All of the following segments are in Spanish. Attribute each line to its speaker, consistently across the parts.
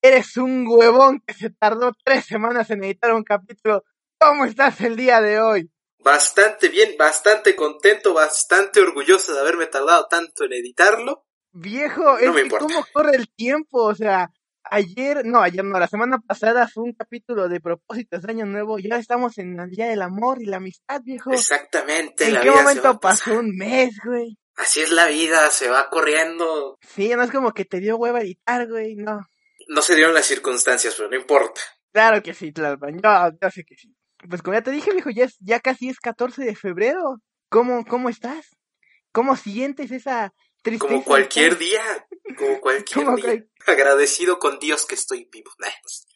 Speaker 1: eres un huevón que se tardó tres semanas en editar un capítulo. ¿Cómo estás el día de hoy?
Speaker 2: Bastante bien, bastante contento, bastante orgulloso de haberme tardado tanto en editarlo.
Speaker 1: Viejo, es
Speaker 2: me
Speaker 1: que
Speaker 2: importa.
Speaker 1: cómo corre el tiempo, o sea, ayer, no, ayer no, la semana pasada fue un capítulo de propósitos de Año Nuevo, ya estamos en el Día del Amor y la Amistad, viejo.
Speaker 2: Exactamente,
Speaker 1: ¿En
Speaker 2: Este, la
Speaker 1: qué
Speaker 2: vida se va pasando.
Speaker 1: momento pasó un mes, güey?
Speaker 2: Así es la vida, se va corriendo.
Speaker 1: Sí, no es como que te dio hueva editar, güey, no.
Speaker 2: No se dieron las circunstancias, pero no importa.
Speaker 1: Claro que sí, Tlalpan, yo, yo sé que sí. Pues como ya te dije, viejo, ya, es, ya casi es 14 de febrero. ¿Cómo, cómo estás? ¿Cómo sientes esa tristeza?
Speaker 2: Como cualquier día, como cualquier
Speaker 1: Como
Speaker 2: día.
Speaker 1: cual-
Speaker 2: Agradecido con Dios que estoy vivo. Nah, pues,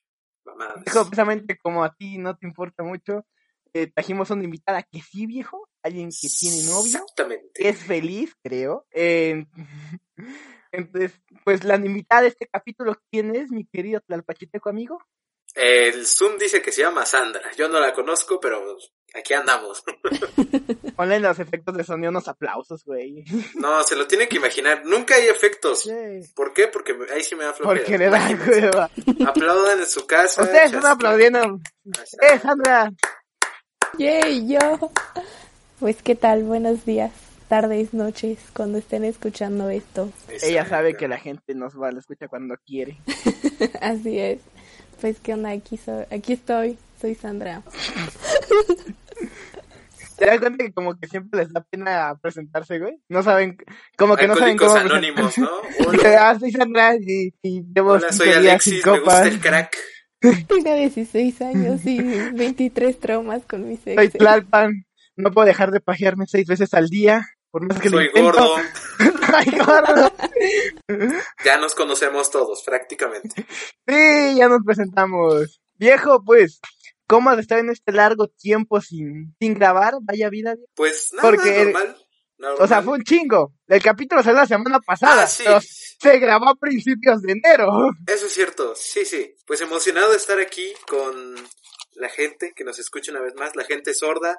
Speaker 2: mamadas.
Speaker 1: Viejo, precisamente como a ti no te importa mucho, eh, trajimos a una invitada que sí, viejo, alguien que tiene novio, que
Speaker 2: Exactamente.
Speaker 1: es feliz, creo. Eh, entonces, pues la invitada de este capítulo, ¿quién es, mi querido Tlalpachiteco amigo?
Speaker 2: El Zoom dice que se llama Sandra. Yo no la conozco, pero aquí andamos.
Speaker 1: Ponle en los efectos de sonido unos aplausos, güey.
Speaker 2: No, se lo tienen que imaginar. Nunca hay efectos.
Speaker 1: Sí.
Speaker 2: ¿Por qué? Porque ahí sí me da flojera.
Speaker 1: Porque le da
Speaker 2: Imagínense.
Speaker 1: hueva.
Speaker 2: Aplaudan en su casa.
Speaker 1: Ustedes están
Speaker 2: chasquen.
Speaker 1: aplaudiendo. ¡Eh,
Speaker 2: Exacto.
Speaker 1: Sandra!
Speaker 3: Yay, yo. Pues qué tal, buenos días, tardes, noches, cuando estén escuchando esto.
Speaker 1: Ella sabe que la gente nos va, la escucha cuando quiere.
Speaker 3: Así es. Pues qué onda, aquí, soy, aquí estoy, soy Sandra.
Speaker 1: ¿Te das cuenta que como que siempre les da pena presentarse, güey? No saben, como que no saben
Speaker 2: Alcohólicos
Speaker 1: cómo
Speaker 2: anónimos,
Speaker 1: presentarse.
Speaker 2: ¿no?
Speaker 1: Y te
Speaker 2: Hola,
Speaker 1: das, soy Sandra y, y llevo
Speaker 2: hola,
Speaker 1: cinco
Speaker 2: soy
Speaker 1: días
Speaker 2: Alexis,
Speaker 1: sin
Speaker 2: me gusta
Speaker 1: copas.
Speaker 2: el crack.
Speaker 3: Tengo 16 años y 23 traumas con mis
Speaker 1: Soy
Speaker 3: ex.
Speaker 1: Tlalpan. No puedo dejar de pajearme seis veces al día. Por más que lo
Speaker 2: Soy
Speaker 1: intento.
Speaker 2: gordo.
Speaker 1: Soy gordo.
Speaker 2: Ya nos conocemos todos, prácticamente.
Speaker 1: Sí, ya nos presentamos. Viejo, pues, ¿cómo has estado en este largo tiempo sin, sin grabar? Vaya vida,
Speaker 2: Pues nada,
Speaker 1: Porque-
Speaker 2: normal. normal.
Speaker 1: O sea, fue un chingo. El capítulo salió la semana pasada.
Speaker 2: Ah, sí,
Speaker 1: pero se grabó a principios de enero.
Speaker 2: eso es cierto. Sí, sí. Pues emocionado de estar aquí con la gente que nos escucha una vez más, la gente sorda.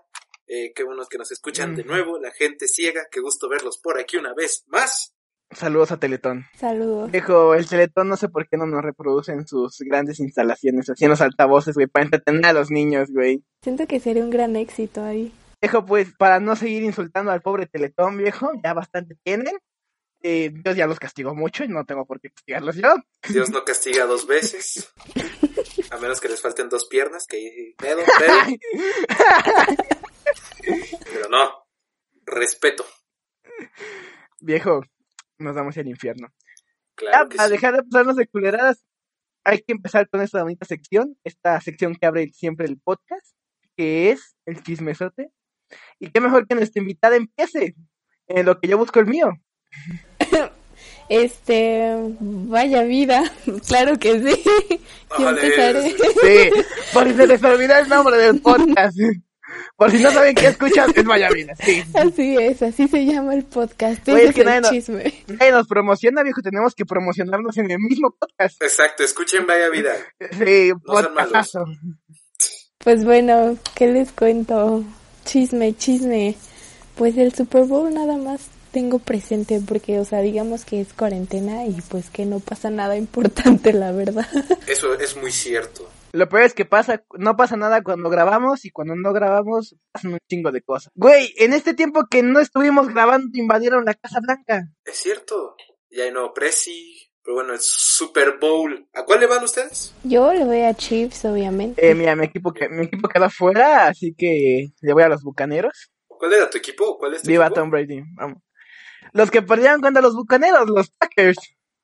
Speaker 2: Eh, qué buenos que nos escuchan de
Speaker 1: Mm.
Speaker 2: nuevo, la gente ciega, qué gusto verlos por aquí una vez más.
Speaker 1: Saludos a Teletón.
Speaker 3: Saludos.
Speaker 1: Dijo, el Teletón no sé por qué no nos reproducen sus grandes instalaciones, así en los altavoces, güey, para entretener a los niños, güey.
Speaker 3: Siento que sería un gran éxito ahí.
Speaker 1: Viejo, pues, para no seguir insultando al pobre Teletón, viejo, ya bastante tienen. Eh, Dios ya los castigó mucho y no tengo por qué castigarlos yo.
Speaker 2: Dios no castiga dos veces. A menos que les falten dos piernas, que ahí pedo, pedo. Pero no. Respeto.
Speaker 1: Viejo, nos vamos al infierno. Ya,
Speaker 2: Claro que
Speaker 1: Ah, para
Speaker 2: sí.
Speaker 1: dejar de pasarnos de culeradas, hay que empezar con esta bonita sección, esta sección que abre siempre el podcast, que es el chismesote. Y qué mejor que nuestra invitada empiece en lo que yo busco el mío.
Speaker 3: Este, vaya vida, claro que sí. Yo
Speaker 2: Órale.
Speaker 3: empezaré.
Speaker 1: Sí, por si se les olvidó el nombre del podcast. Por si no saben qué escuchan, es Valladolid. Sí.
Speaker 3: Así es, así se llama el podcast.
Speaker 1: Oye, es
Speaker 3: Ese
Speaker 1: que
Speaker 3: es
Speaker 1: nadie
Speaker 3: el
Speaker 1: no-
Speaker 3: chisme.
Speaker 1: Nadie nos promociona, viejo, tenemos que promocionarnos en el mismo podcast.
Speaker 2: Exacto, escuchen Vaya Vida.
Speaker 1: Sí,
Speaker 2: sean malos.
Speaker 1: podcastazo.
Speaker 3: Pues bueno, ¿qué les cuento? Chisme, chisme. Pues el Super Bowl nada más tengo presente porque, o sea, digamos que es cuarentena y pues que no pasa nada importante, la verdad.
Speaker 2: Eso es muy cierto.
Speaker 1: Lo peor es que pasa, no pasa nada cuando grabamos y cuando no grabamos pasan un chingo de cosas. Güey, en este tiempo que no estuvimos grabando invadieron la Casa Blanca.
Speaker 2: Es cierto. Ya hay nuevo Prezi. Pero bueno, el Super Bowl. ¿A cuál le van ustedes?
Speaker 3: Yo le voy a Chiefs, obviamente.
Speaker 1: Eh, mira, mi equipo, que- mi equipo quedó afuera, así que le voy a los Bucaneros.
Speaker 2: ¿Cuál era tu equipo? ¿Cuál es tu
Speaker 1: Viva
Speaker 2: equipo?
Speaker 1: Tom Brady, vamos. Los que perdieron contra los Bucaneros, los Packers.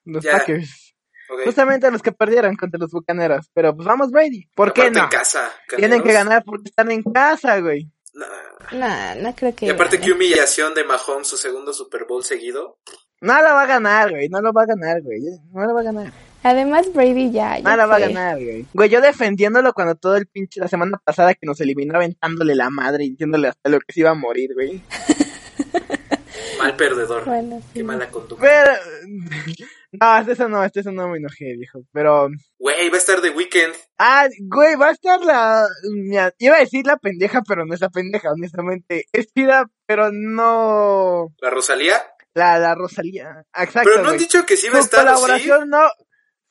Speaker 1: Los
Speaker 2: Ya.
Speaker 1: Packers.
Speaker 2: Ok.
Speaker 1: Justamente los que perdieron contra los Bucaneros. Pero pues vamos Brady, ¿por qué
Speaker 2: Aparte
Speaker 1: no?
Speaker 2: en casa.
Speaker 1: Tienen
Speaker 2: Candidatos.
Speaker 1: que ganar porque están en casa, güey.
Speaker 2: Nah.
Speaker 3: Nah, no creo que.
Speaker 2: Y aparte, qué
Speaker 3: gane.
Speaker 2: humillación de Mahomes, su segundo Super Bowl seguido.
Speaker 1: No lo va a ganar, güey, no lo va a ganar, güey. No lo va a ganar.
Speaker 3: Además, Brady ya. ya
Speaker 1: Nada va a
Speaker 3: fue.
Speaker 1: ganar, güey. Güey, yo defendiéndolo cuando todo el pinche la semana pasada que nos eliminó aventándole la madre y diciéndole hasta lo que se iba a morir, güey.
Speaker 2: Mal perdedor.
Speaker 3: Bueno, sí.
Speaker 2: Qué mala conducta.
Speaker 1: Pero no, hasta eso no, hasta eso no me enojé, dijo. Pero
Speaker 2: Güey, va a estar de weekend.
Speaker 1: ah, güey, va a estar la mira, iba a decir la pendeja, pero no es la pendeja, honestamente. Es chida, pero no
Speaker 2: La Rosalía.
Speaker 1: la la Rosalía. Exacto.
Speaker 2: Pero no han
Speaker 1: güey.
Speaker 2: dicho que sí va a
Speaker 1: Su
Speaker 2: estar o sí.
Speaker 1: colaboración no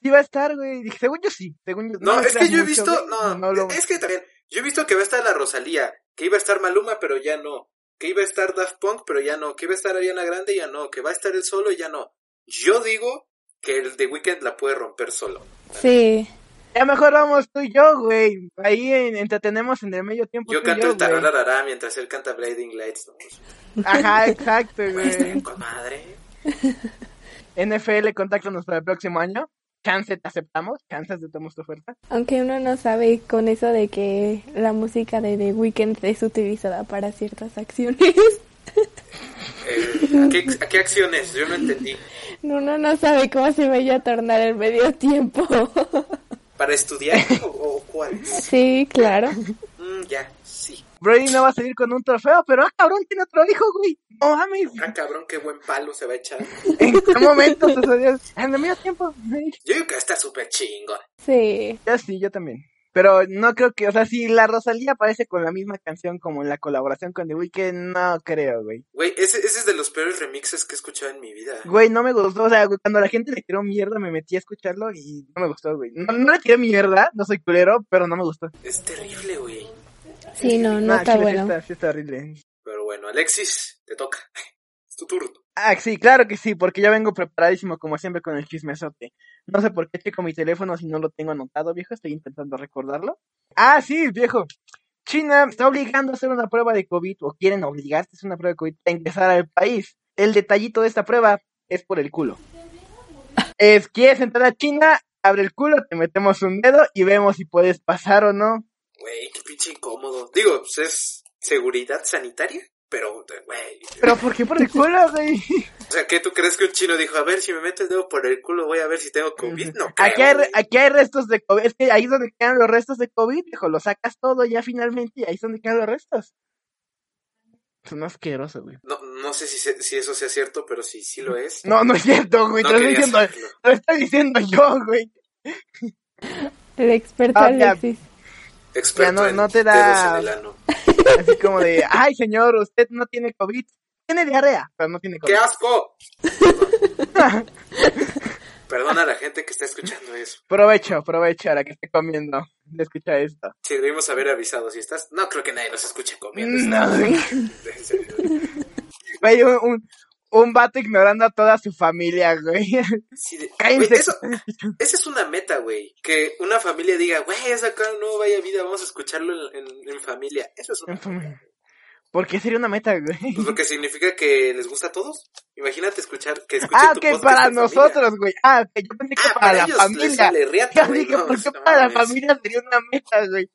Speaker 1: sí va a estar, güey. Dije, según yo sí, según yo.
Speaker 2: No,
Speaker 1: me
Speaker 2: es que
Speaker 1: creas
Speaker 2: yo he
Speaker 1: mucho,
Speaker 2: visto.
Speaker 1: güey,
Speaker 2: No,
Speaker 1: lo-
Speaker 2: es que también. Yo he visto que va a estar la Rosalía. Que iba a estar Maluma, pero ya no. Que iba a estar Daft Punk, pero ya no. Que iba a estar Ariana Grande, ya no. Que va a estar él solo, ya no. Yo digo que el The Weeknd la puede romper solo.
Speaker 1: Pues
Speaker 3: Sí.
Speaker 1: Ya mejor vamos tú y yo, güey. Ahí en- entretenemos en el medio tiempo.
Speaker 2: Yo
Speaker 1: tú y
Speaker 2: canto el
Speaker 1: güey.
Speaker 2: tarararará mientras él canta Blinding Lights. ¿no?
Speaker 1: Ajá, exacto,
Speaker 2: Güey, estaría
Speaker 1: güey.
Speaker 2: con madre.
Speaker 1: NFL, contáctanos para el próximo año. Chance te aceptamos, chances te damos tu oferta.
Speaker 3: Aunque uno no sabe con eso de que la música de The Weeknd es utilizada para ciertas acciones.
Speaker 2: Eh, ¿a, qué, a qué acciones? Yo no entendí.
Speaker 3: Uno no sabe cómo se vaya a tornar el medio tiempo.
Speaker 2: ¿Para estudiar o, o cuál?
Speaker 3: Sí, claro.
Speaker 2: Mm, ya, sí.
Speaker 1: Brady no va a salir con un trofeo, pero ah, cabrón, tiene otro hijo, güey. No mames.
Speaker 2: Ah, cabrón, qué buen palo se va a echar.
Speaker 1: ¿En qué momento sucedió? En el medio tiempo.
Speaker 2: Yo digo que está súper chingón.
Speaker 3: Sí.
Speaker 1: Yo sí, yo también. Pero no creo que, o sea, si la Rosalía aparece con la misma canción como en la colaboración con The Weeknd, no creo, güey.
Speaker 2: Güey, ese, ese es de los peores remixes que he escuchado en mi vida.
Speaker 1: Güey, no me gustó, o sea, güey, cuando la gente le tiró mierda me metí a escucharlo y no me gustó, güey. No, no le tiré mierda, no soy culero, pero no me gustó.
Speaker 2: Es terrible, güey.
Speaker 3: Sí, no, no
Speaker 1: Nah, chile,
Speaker 3: está
Speaker 1: sí
Speaker 3: bueno.
Speaker 1: está- sí está horrible.
Speaker 2: Pero bueno, Alexis, te toca. Es tu turno.
Speaker 1: Ah, sí, claro que sí, porque yo vengo preparadísimo como siempre con el chismesote. No sé por qué checo mi teléfono si no lo tengo anotado, viejo, estoy intentando recordarlo. Ah, sí, viejo. China está obligando a hacer una prueba de COVID, o quieren obligarte a hacer una prueba de COVID, a ingresar al país. El detallito de esta prueba es por el culo. Es, ¿quieres entrar a China? Abre el culo, te metemos un dedo y vemos si puedes pasar o no.
Speaker 2: Güey, qué pinche incómodo. Digo, pues es seguridad sanitaria, pero, güey.
Speaker 1: Pero ¿por qué por el culo, güey?
Speaker 2: O sea, ¿qué tú crees que un chino dijo? A ver, si me meto el dedo por el culo, voy a ver si tengo COVID. No, creo,
Speaker 1: Aquí hay,
Speaker 2: güey.
Speaker 1: re- aquí hay restos de COVID. Es que ahí es donde quedan los restos de COVID, viejo. Lo sacas todo ya finalmente y ahí es donde quedan los restos. Es un asqueroso, güey.
Speaker 2: No, no sé si, se- si eso sea cierto, pero si sí lo es.
Speaker 1: No, no es cierto, güey.
Speaker 2: no
Speaker 1: te lo, estoy
Speaker 2: quería
Speaker 1: diciendo,
Speaker 2: hacerlo.
Speaker 1: te lo estoy diciendo yo, güey.
Speaker 3: El experto
Speaker 1: Ah, ya.
Speaker 3: Alexis.
Speaker 2: Experto
Speaker 1: no-
Speaker 2: en
Speaker 1: no te
Speaker 2: dedos
Speaker 1: da-
Speaker 2: en el ano.
Speaker 1: Así como de, ay, señor, usted no tiene COVID. Tiene diarrea, pero no tiene
Speaker 2: ¡Qué
Speaker 1: COVID.
Speaker 2: asco! Perdona a la gente que está escuchando eso.
Speaker 1: Provecho, provecho ahora que estoy comiendo de escuchar esto.
Speaker 2: Si debimos haber avisado si estás. No creo que nadie nos escuche comiendo.
Speaker 1: No, güey.
Speaker 2: En serio.
Speaker 1: Güey, un, un, un vato ignorando a toda su familia, güey.
Speaker 2: Sí, de-
Speaker 1: Cállense.
Speaker 2: güey, eso- esa es una meta, güey. Que una familia diga, güey, es acá no vaya vida, vamos a escucharlo en, en- en familia. Eso es una meta.
Speaker 1: ¿Por qué sería una meta, güey?
Speaker 2: Pues porque significa que les gusta a todos. Imagínate escuchar que escuchen
Speaker 1: Ah,
Speaker 2: tu
Speaker 1: que
Speaker 2: podcast
Speaker 1: para
Speaker 2: en familia.
Speaker 1: nosotros, güey. Ah, que yo pensé que
Speaker 2: Ah,
Speaker 1: para, la
Speaker 2: ellos les
Speaker 1: familia.
Speaker 2: vale riata,
Speaker 1: Yo
Speaker 2: güey,
Speaker 1: dije,
Speaker 2: no,
Speaker 1: ¿por qué
Speaker 2: no
Speaker 1: para la
Speaker 2: mames.
Speaker 1: familia sería una meta, güey?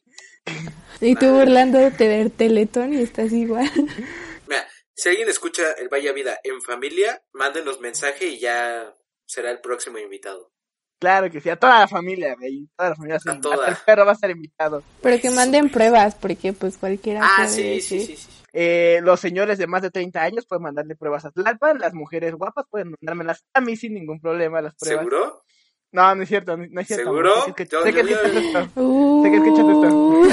Speaker 3: Y tú burlándote del teletón y estás igual.
Speaker 2: Mira, si alguien escucha el Vaya Vida en familia, mándenos mensaje y ya será el próximo invitado.
Speaker 1: Claro que sí, a toda la familia, güey. Toda la familia. sí.
Speaker 2: A toda.
Speaker 1: Hasta el perro va a estar invitado.
Speaker 3: Pero que manden pruebas, porque pues cualquiera
Speaker 2: Ah,
Speaker 3: puede
Speaker 2: sí, sí, sí,
Speaker 3: decir.
Speaker 2: sí.
Speaker 1: Eh, los señores de más de 30 años pueden mandarle pruebas a Tlalpan. Las mujeres guapas pueden mandármelas a mí sin ningún problema las pruebas.
Speaker 2: ¿Seguro?
Speaker 1: No, no es cierto, no, no es cierto.
Speaker 2: ¿Seguro?
Speaker 1: amor. Sé que,
Speaker 2: Yo-
Speaker 1: sé que
Speaker 2: yo
Speaker 1: sí
Speaker 2: voy a-
Speaker 1: estás esto.
Speaker 3: Uh,
Speaker 1: Sé que escuchaste esto.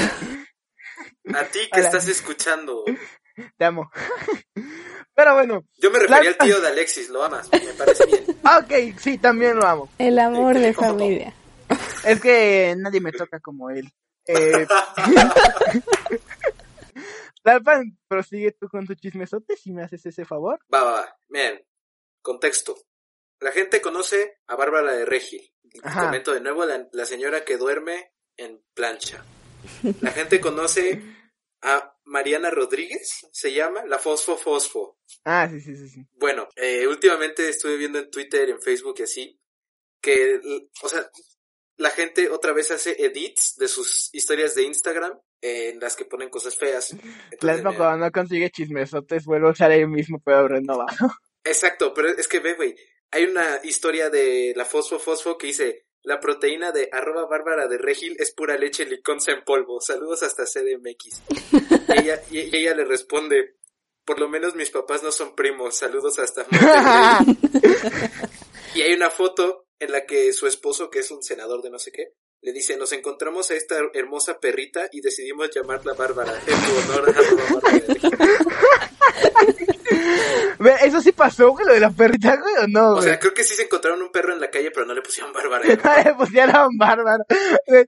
Speaker 2: A ti que
Speaker 1: Hola.
Speaker 2: estás escuchando.
Speaker 1: Te amo. Pero bueno,
Speaker 2: Yo me refería al
Speaker 1: Plata.
Speaker 2: tío de Alexis, lo amas, me parece bien.
Speaker 1: ok, sí, también lo amo.
Speaker 3: el amor
Speaker 2: Sí,
Speaker 3: de
Speaker 2: como todo.
Speaker 3: familia.
Speaker 1: Es que nadie me toca como él. Eh, Tlalpan, prosigue tú con tu chismesote si me haces ese favor.
Speaker 2: Va, va, va. Miren, contexto. La gente conoce a Bárbara de Regil.
Speaker 1: Ajá.
Speaker 2: Comento de nuevo, la, la señora que duerme en plancha. La gente conoce a Mariana Rodríguez, se llama, la Fosfo Fosfo.
Speaker 1: Ah, sí, sí, sí. sí.
Speaker 2: Bueno, eh, últimamente estuve viendo en Twitter, en Facebook y así, que, l- o sea, la gente otra vez hace edits de sus historias de Instagram eh, en las que ponen cosas feas. Entonces,
Speaker 1: Plasma
Speaker 2: eh,
Speaker 1: cuando no consigue chismesotes vuelve a usar el mismo pero renovado.
Speaker 2: exacto, pero es que ve, güey, hay una historia de la Fosfo Fosfo que dice, La proteína de arroba bárbara de Regil es pura leche liconza en polvo. Saludos hasta CDMX. Y ella, y- y ella le responde, por lo menos mis papás no son primos. Saludos hasta Monterrey. Y hay una foto en la que su esposo, que es un senador de no sé qué, le dice, nos encontramos a esta hermosa perrita y decidimos llamarla Bárbara, en tu honor a arroba bárbara de Regil.
Speaker 1: Ve, ¿Eso sí pasó, güey, lo de la perrita, güey, o
Speaker 2: O
Speaker 1: no, güey?
Speaker 2: sea, creo que sí se encontraron un perro en la calle, pero no le pusieron Bárbara. güey.
Speaker 1: le pusieron bárbaro. Qué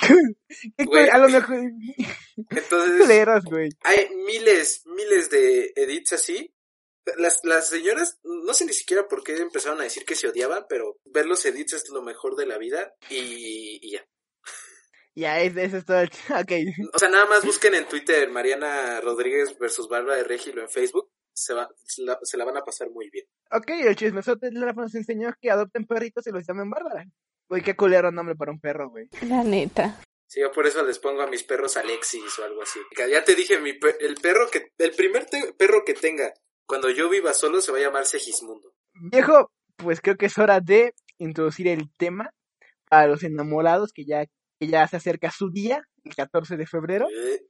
Speaker 1: cul- qué cul-
Speaker 2: Güey.
Speaker 1: A lo mejor.
Speaker 2: Entonces,
Speaker 1: culeros, güey.
Speaker 2: hay miles, miles de edits así. Las, las señoras, no sé ni siquiera por qué empezaron a decir que se odiaban, pero ver los edits es lo mejor de la vida y, y ya.
Speaker 1: Ya, es- eso es todo. el ch- Ok.
Speaker 2: O sea, nada más busquen en Twitter Mariana Rodríguez versus Bárbara de Regil o en Facebook. Se, va, se, la, se la van a pasar muy bien.
Speaker 1: Ok, el chismesote de la nos enseñó que adopten perritos y los llamen Bárbara. Güey, qué culero nombre para un perro, güey.
Speaker 3: La neta.
Speaker 2: Sí, yo por eso les pongo a mis perros Alexis o algo así. Que Ya te dije, mi per- el perro que, el primer te- perro que tenga cuando yo viva solo se va a llamar Segismundo.
Speaker 1: Viejo, pues creo que es hora de introducir el tema para los enamorados que ya, que ya se acerca su día, el 14 de febrero.
Speaker 2: Eh,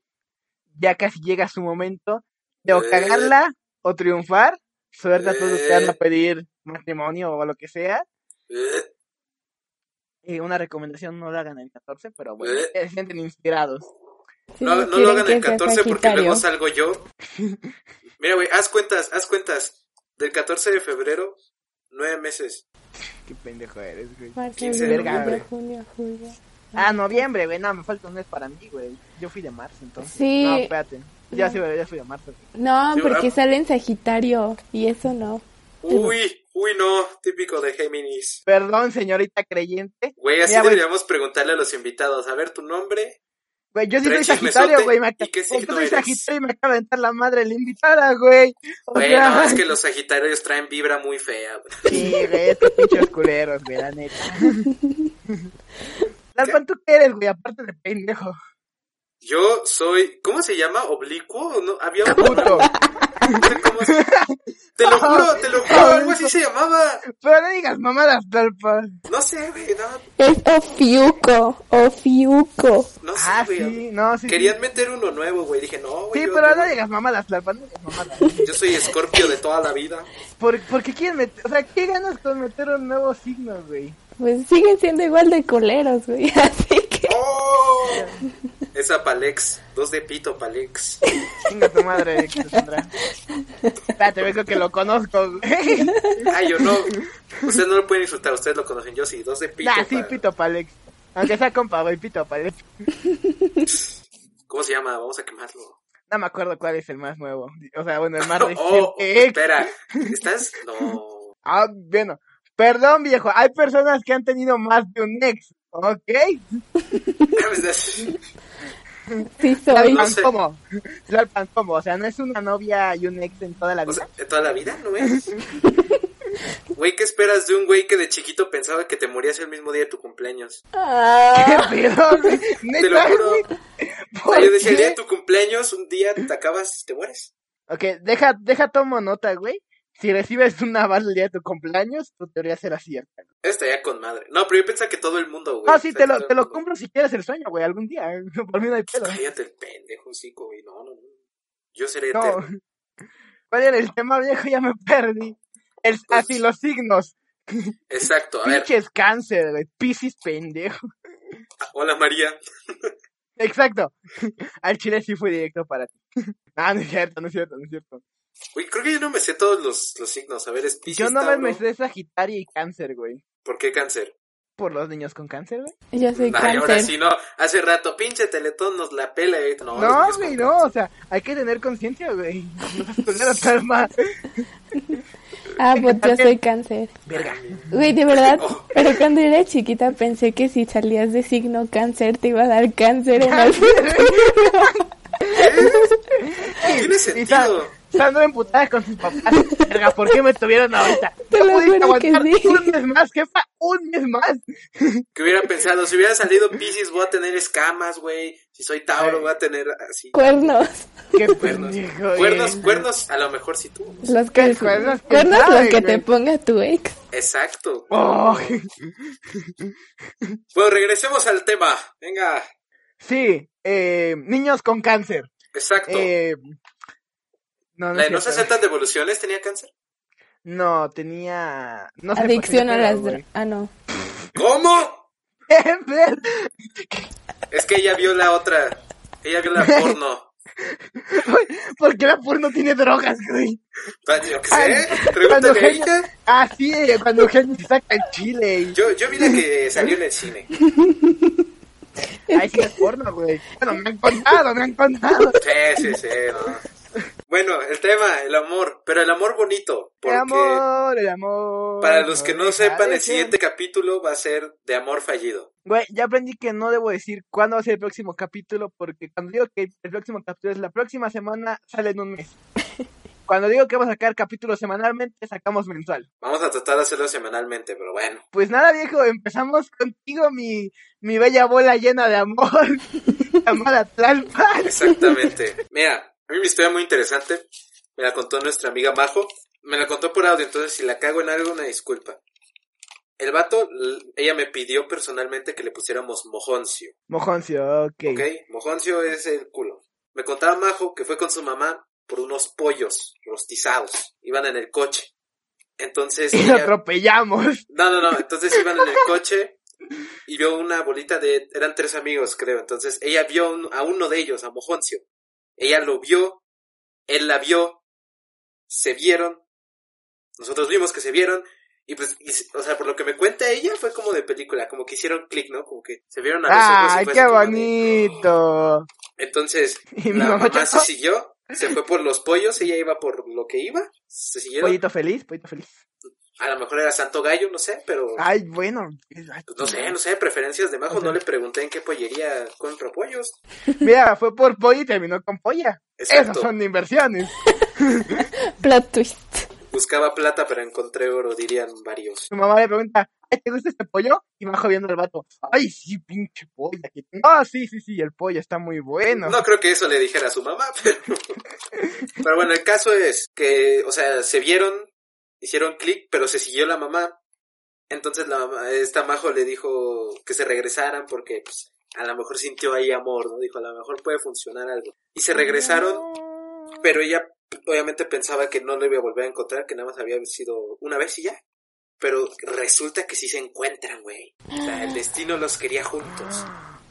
Speaker 1: Ya casi llega su momento de o cagarla o triunfar. Suerte a todos los que van a pedir matrimonio o lo que sea.
Speaker 2: eh.
Speaker 1: Eh, una recomendación, no la hagan el 14, pero bueno,
Speaker 2: Eh.
Speaker 1: ya se sienten inspirados.
Speaker 3: Si
Speaker 2: no no lo
Speaker 3: quieren
Speaker 2: hagan
Speaker 3: que
Speaker 2: el
Speaker 3: sea
Speaker 2: 14 porque
Speaker 3: Sagitario.
Speaker 2: luego salgo yo. Mira, güey, haz cuentas, haz cuentas. Del 14 de febrero, nueve meses.
Speaker 1: Qué pendejo eres, güey.
Speaker 3: Marzo,
Speaker 2: 15 de
Speaker 3: abril,
Speaker 1: noviembre.
Speaker 3: mayo, junio, julio.
Speaker 1: Ah, noviembre, güey. No, me falta un mes para mí, güey. Yo fui de marzo, entonces.
Speaker 3: Sí.
Speaker 1: No, espérate. Ya, sí, güey, ya fui de marzo.
Speaker 3: No,
Speaker 2: Sí,
Speaker 3: porque
Speaker 2: ¿verdad?
Speaker 3: sale en Sagitario y eso no.
Speaker 2: Uy, uy, no, típico de Géminis.
Speaker 1: Perdón, señorita creyente.
Speaker 2: Güey, así
Speaker 1: Mira, güey.
Speaker 2: deberíamos preguntarle a los invitados. A ver, tu nombre.
Speaker 1: Güey, yo sí soy
Speaker 2: Tres
Speaker 1: sagitario,
Speaker 2: chismesote,
Speaker 1: güey. me
Speaker 2: ¿y qué
Speaker 1: acaba- Yo
Speaker 2: signo
Speaker 1: soy
Speaker 2: eres?
Speaker 1: sagitario y me acaba de entrar la madre la invitada, güey. O
Speaker 2: Bueno,
Speaker 1: sea,
Speaker 2: es que los Sagitarios traen vibra muy fea. güey.
Speaker 1: Sí, güey, estos pinches culeros, güey, la neta. Dalpan, ¿tú qué eres, güey? Aparte de pendejo.
Speaker 2: Yo soy, ¿cómo se llama? ¿Oblicuo? ¿No? Había un
Speaker 1: Puto.
Speaker 2: ¿Cómo se- Te lo juro, te lo juro, algo así se llamaba.
Speaker 1: Pero no digas mamadas, Dalpan.
Speaker 2: No sé, güey, no,
Speaker 3: Es Ofiuco, Ofiuco.
Speaker 2: no sé,
Speaker 1: Ah,
Speaker 2: güey.
Speaker 1: sí, no, sí. sí.
Speaker 2: Querían meter uno nuevo, güey. Dije, no, güey.
Speaker 1: Sí,
Speaker 2: yo-
Speaker 1: pero
Speaker 2: yo-
Speaker 1: no digas mamadas, Dalpan, no digas mamadas.
Speaker 2: Yo soy escorpio de toda la vida.
Speaker 1: ¿Por, por qué quieren meter, o sea, qué ganas con meter un nuevo signo, güey?
Speaker 3: Pues siguen siendo igual de coleros, güey. Así que.
Speaker 2: ¡Oh! Esa Palex. Dos de pito, Palex.
Speaker 1: Chinga tu madre, Alexandra. Espérate, güey, creo que lo conozco, güey.
Speaker 2: Ay, yo no. Ustedes no lo pueden insultar, ustedes lo conocen. Yo sí, dos de pito.
Speaker 1: Nah, sí,
Speaker 2: pa-
Speaker 1: pito palex. Aunque sea compa, güey, pito palex.
Speaker 2: ¿Cómo se llama? Vamos a quemarlo.
Speaker 1: No me acuerdo cuál es el más nuevo. O sea, bueno, Ah, el más
Speaker 2: Oh,
Speaker 1: reciente.
Speaker 2: espera. ¿Estás? No.
Speaker 1: ah, bueno. Perdón, viejo. Hay personas que han tenido más de un ex. ¿Ok?
Speaker 3: Sí soy.
Speaker 1: Tlalpan,
Speaker 2: sé.
Speaker 1: ¿cómo? Tlalpan, ¿cómo? O sea, ¿no es una novia y un ex en toda la
Speaker 2: O
Speaker 1: vida?
Speaker 2: sea, ¿De toda la vida? ¿No es? Güey, ¿qué esperas de un güey que de chiquito pensaba que te morías el mismo día de tu cumpleaños?
Speaker 3: Ah,
Speaker 1: ¿Qué pedo, güey?
Speaker 2: Te lo
Speaker 1: ¿Neta,
Speaker 2: juro.
Speaker 1: güey?
Speaker 2: O sea, yo decía, el día
Speaker 1: ¿Por qué?
Speaker 2: de tu cumpleaños, un día te acabas y te mueres.
Speaker 1: Ok, deja, deja tomo nota, güey. Si recibes un aval el día de tu cumpleaños, tu teoría será cierta.
Speaker 2: Estaría con madre. No, pero yo pensaba que todo el mundo, güey.
Speaker 1: No, sí,
Speaker 2: O sea,
Speaker 1: te
Speaker 2: que todo
Speaker 1: lo,
Speaker 2: el
Speaker 1: te lo
Speaker 2: mundo. "Pues
Speaker 1: cumplo si quieres el sueño, güey, algún día. Por mí no hay pedo.
Speaker 2: Cállate el pendejo, hocico, güey. No, no, no. Yo seré
Speaker 1: No.
Speaker 2: eterno.
Speaker 1: ¿Cuál era el tema viejo? Ya me perdí. El, así, los signos.
Speaker 2: Exacto, a ver.
Speaker 1: Pinches cáncer, güey. Piscis pendejo.
Speaker 2: Hola María.
Speaker 1: Exacto. Al chile sí fue directo para ti. Ah, no es cierto, no es cierto, no es cierto.
Speaker 2: Uy, creo que yo no me sé todos los, los signos. A ver, es Piscis,
Speaker 1: Yo no me-
Speaker 2: Tauro.
Speaker 1: me sé Sagitario y cáncer, güey.
Speaker 2: ¿Por qué cáncer?
Speaker 1: Por los niños con cáncer, güey.
Speaker 3: yo soy
Speaker 2: Ay, ahora
Speaker 3: cáncer.
Speaker 2: sí, no. Hace rato, pinche Teletón nos la pela. eh. No, los
Speaker 1: No,
Speaker 2: niños
Speaker 1: güey,
Speaker 2: con
Speaker 1: no, o sea, hay que tener conciencia, güey. No vas a poner a estar más.
Speaker 3: Ah, pues yo soy cáncer.
Speaker 1: Verga.
Speaker 3: Güey, de verdad,
Speaker 2: Oh.
Speaker 3: pero cuando era chiquita pensé que si salías de signo cáncer te iba a dar cáncer en algún
Speaker 2: Tiene
Speaker 1: Y sa-
Speaker 2: sentido.
Speaker 1: Sandra emputada con sus papás. Verga, ¿por qué me tuvieron ahorita?
Speaker 3: Te
Speaker 1: No
Speaker 3: lo
Speaker 1: pudiste
Speaker 3: juro que
Speaker 1: aguantar
Speaker 3: sí.
Speaker 1: un mes más, jefa, un mes más.
Speaker 2: Que hubiera pensado, si hubiera salido Pisces voy a tener escamas, güey. Si soy Tauro
Speaker 1: Ay.
Speaker 2: voy a tener así.
Speaker 3: Cuernos.
Speaker 1: Qué
Speaker 2: Cuernos.
Speaker 1: pendejo, eh.
Speaker 2: Cuernos, cuernos, a lo mejor si tú.
Speaker 3: Los
Speaker 1: ¿Qué
Speaker 3: que,
Speaker 1: cuernos?
Speaker 3: cuernos,
Speaker 1: ¿Quién sabe,
Speaker 3: los que
Speaker 1: güey?
Speaker 3: te ponga tu ex.
Speaker 2: Exacto.
Speaker 1: Oh,
Speaker 2: Bueno, regresemos al tema. Venga.
Speaker 1: sí, eh, niños con cáncer.
Speaker 2: Exacto.
Speaker 1: Eh, no, no,
Speaker 2: La
Speaker 1: es
Speaker 2: de no se
Speaker 1: cierto.
Speaker 2: aceptan devoluciones tenía cáncer.
Speaker 1: no, tenía... No sé,
Speaker 3: Adicción a
Speaker 1: pues,
Speaker 3: las
Speaker 1: pero,
Speaker 3: drogas. Ah, no.
Speaker 2: ¿Cómo?
Speaker 1: güey.
Speaker 2: Es que ella vio la otra. Ella vio la porno.
Speaker 1: ¿Por qué la porno tiene drogas, güey?
Speaker 2: Yo qué
Speaker 1: Ay,
Speaker 2: sé.
Speaker 1: Cuando
Speaker 2: Pregúntale a
Speaker 1: Eugenio...
Speaker 2: ella.
Speaker 1: Ah, sí, cuando Eugenio se saca el chile y...
Speaker 2: Yo, yo vi la que salió en el cine.
Speaker 1: Ay, sí es porno, güey. Bueno, me han contado, me han contado.
Speaker 2: Sí, sí, sí. no. Bueno, el tema, el amor. Pero el amor bonito.
Speaker 1: El
Speaker 2: Porque
Speaker 1: amor, Ah, el amor.
Speaker 2: para los que no
Speaker 1: deja
Speaker 2: sepan,
Speaker 1: de
Speaker 2: el
Speaker 1: ser.
Speaker 2: siguiente capítulo va a ser de amor fallido.
Speaker 1: Güey, ya aprendí que no debo decir cuándo va a ser el próximo capítulo, porque cuando digo que el próximo capítulo es la próxima semana, sale en un mes. Cuando digo que vamos a sacar capítulo semanalmente, sacamos mensual.
Speaker 2: Vamos a tratar de hacerlo semanalmente, pero bueno.
Speaker 1: Pues nada, viejo, empezamos contigo, mi, mi bella bola llena de amor, llamada Tlalpan.
Speaker 2: Exactamente. Mira, a mí me historia muy interesante. Me la contó nuestra amiga Majo. Me la contó por audio, entonces si la cago en algo, una disculpa. El vato, l- ella me pidió personalmente que le pusiéramos mojoncio.
Speaker 1: Mojoncio, ok.
Speaker 2: ¿Ok? Mojoncio es el culo. Me contaba Majo que fue con su mamá por unos pollos rostizados. Iban en el coche. Entonces.
Speaker 1: Y lo
Speaker 2: ella-
Speaker 1: atropellamos.
Speaker 2: No, no, no. Entonces iban en el coche y vio una bolita de. Eran tres amigos, creo. Entonces ella vio un- a uno de ellos, a Mojoncio. Ella lo vio, él la vio, se vieron. Nosotros vimos que se vieron. Y pues, y s- o sea, por lo que me cuenta ella, fue como de película, como que hicieron click, ¿no? Como que se vieron a los ojos y
Speaker 1: ¡Ay,
Speaker 2: fue
Speaker 1: qué
Speaker 2: así como de-
Speaker 1: bonito!
Speaker 2: Entonces,
Speaker 1: Y mi
Speaker 2: la
Speaker 1: mamá
Speaker 2: mamá se
Speaker 1: chocó.
Speaker 2: siguió, se fue por los pollos, ella iba por lo que iba, se siguieron.
Speaker 1: Pollito feliz, pollito feliz.
Speaker 2: A lo mejor era Santo Gallo, no sé, pero
Speaker 1: Ay, bueno. ay,
Speaker 2: pues, no sé, no sé, preferencias de Majo,
Speaker 1: O sea-
Speaker 2: no le pregunté en qué pollería compra pollos.
Speaker 1: Mira, fue por pollo y terminó con polla. Esas
Speaker 2: Exacto.
Speaker 1: son inversiones.
Speaker 3: Plot twist.
Speaker 2: Buscaba plata, pero encontré oro, dirían varios.
Speaker 1: Su mamá le pregunta, ay, ¿te gusta este pollo? Y bajo viendo al vato, ay, sí, pinche polla. que- No, sí, sí, sí, el pollo está muy bueno.
Speaker 2: No creo que eso le dijera a su mamá, pero... pero bueno, el caso es que, o sea, se vieron, hicieron clic, pero se siguió la mamá. Entonces la mamá, esta Majo le dijo que se regresaran porque pues, a lo mejor sintió ahí amor, ¿no? Dijo, a lo mejor puede funcionar algo. Y se regresaron, pero ella obviamente pensaba que no lo iba a volver a encontrar, que nada más había sido una vez y ya. Pero resulta que sí se encuentran, güey. O sea, el destino los quería juntos.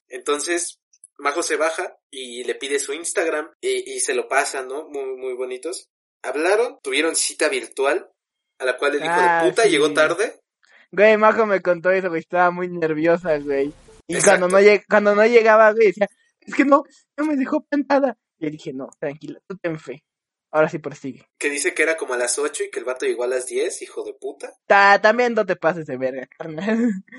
Speaker 2: Entonces, Majo se baja y le pide su Instagram y, y se lo pasan, ¿no? Muy, muy bonitos. Hablaron, tuvieron cita virtual, a la cual el hijo
Speaker 1: Ah,
Speaker 2: de puta
Speaker 1: sí.
Speaker 2: llegó tarde.
Speaker 1: Güey, Majo me contó eso, güey, estaba muy nerviosa, güey. Y
Speaker 2: Exacto.
Speaker 1: cuando no, lleg- cuando no llegaba, güey, decía, es que no, no me dejó plantada. Le dije, no, tranquila, tú ten fe. Ahora sí persigue.
Speaker 2: Que dice que era como a las 8 y que el vato llegó a las 10, hijo de puta.
Speaker 1: Ta también no te pases de verga, carnal.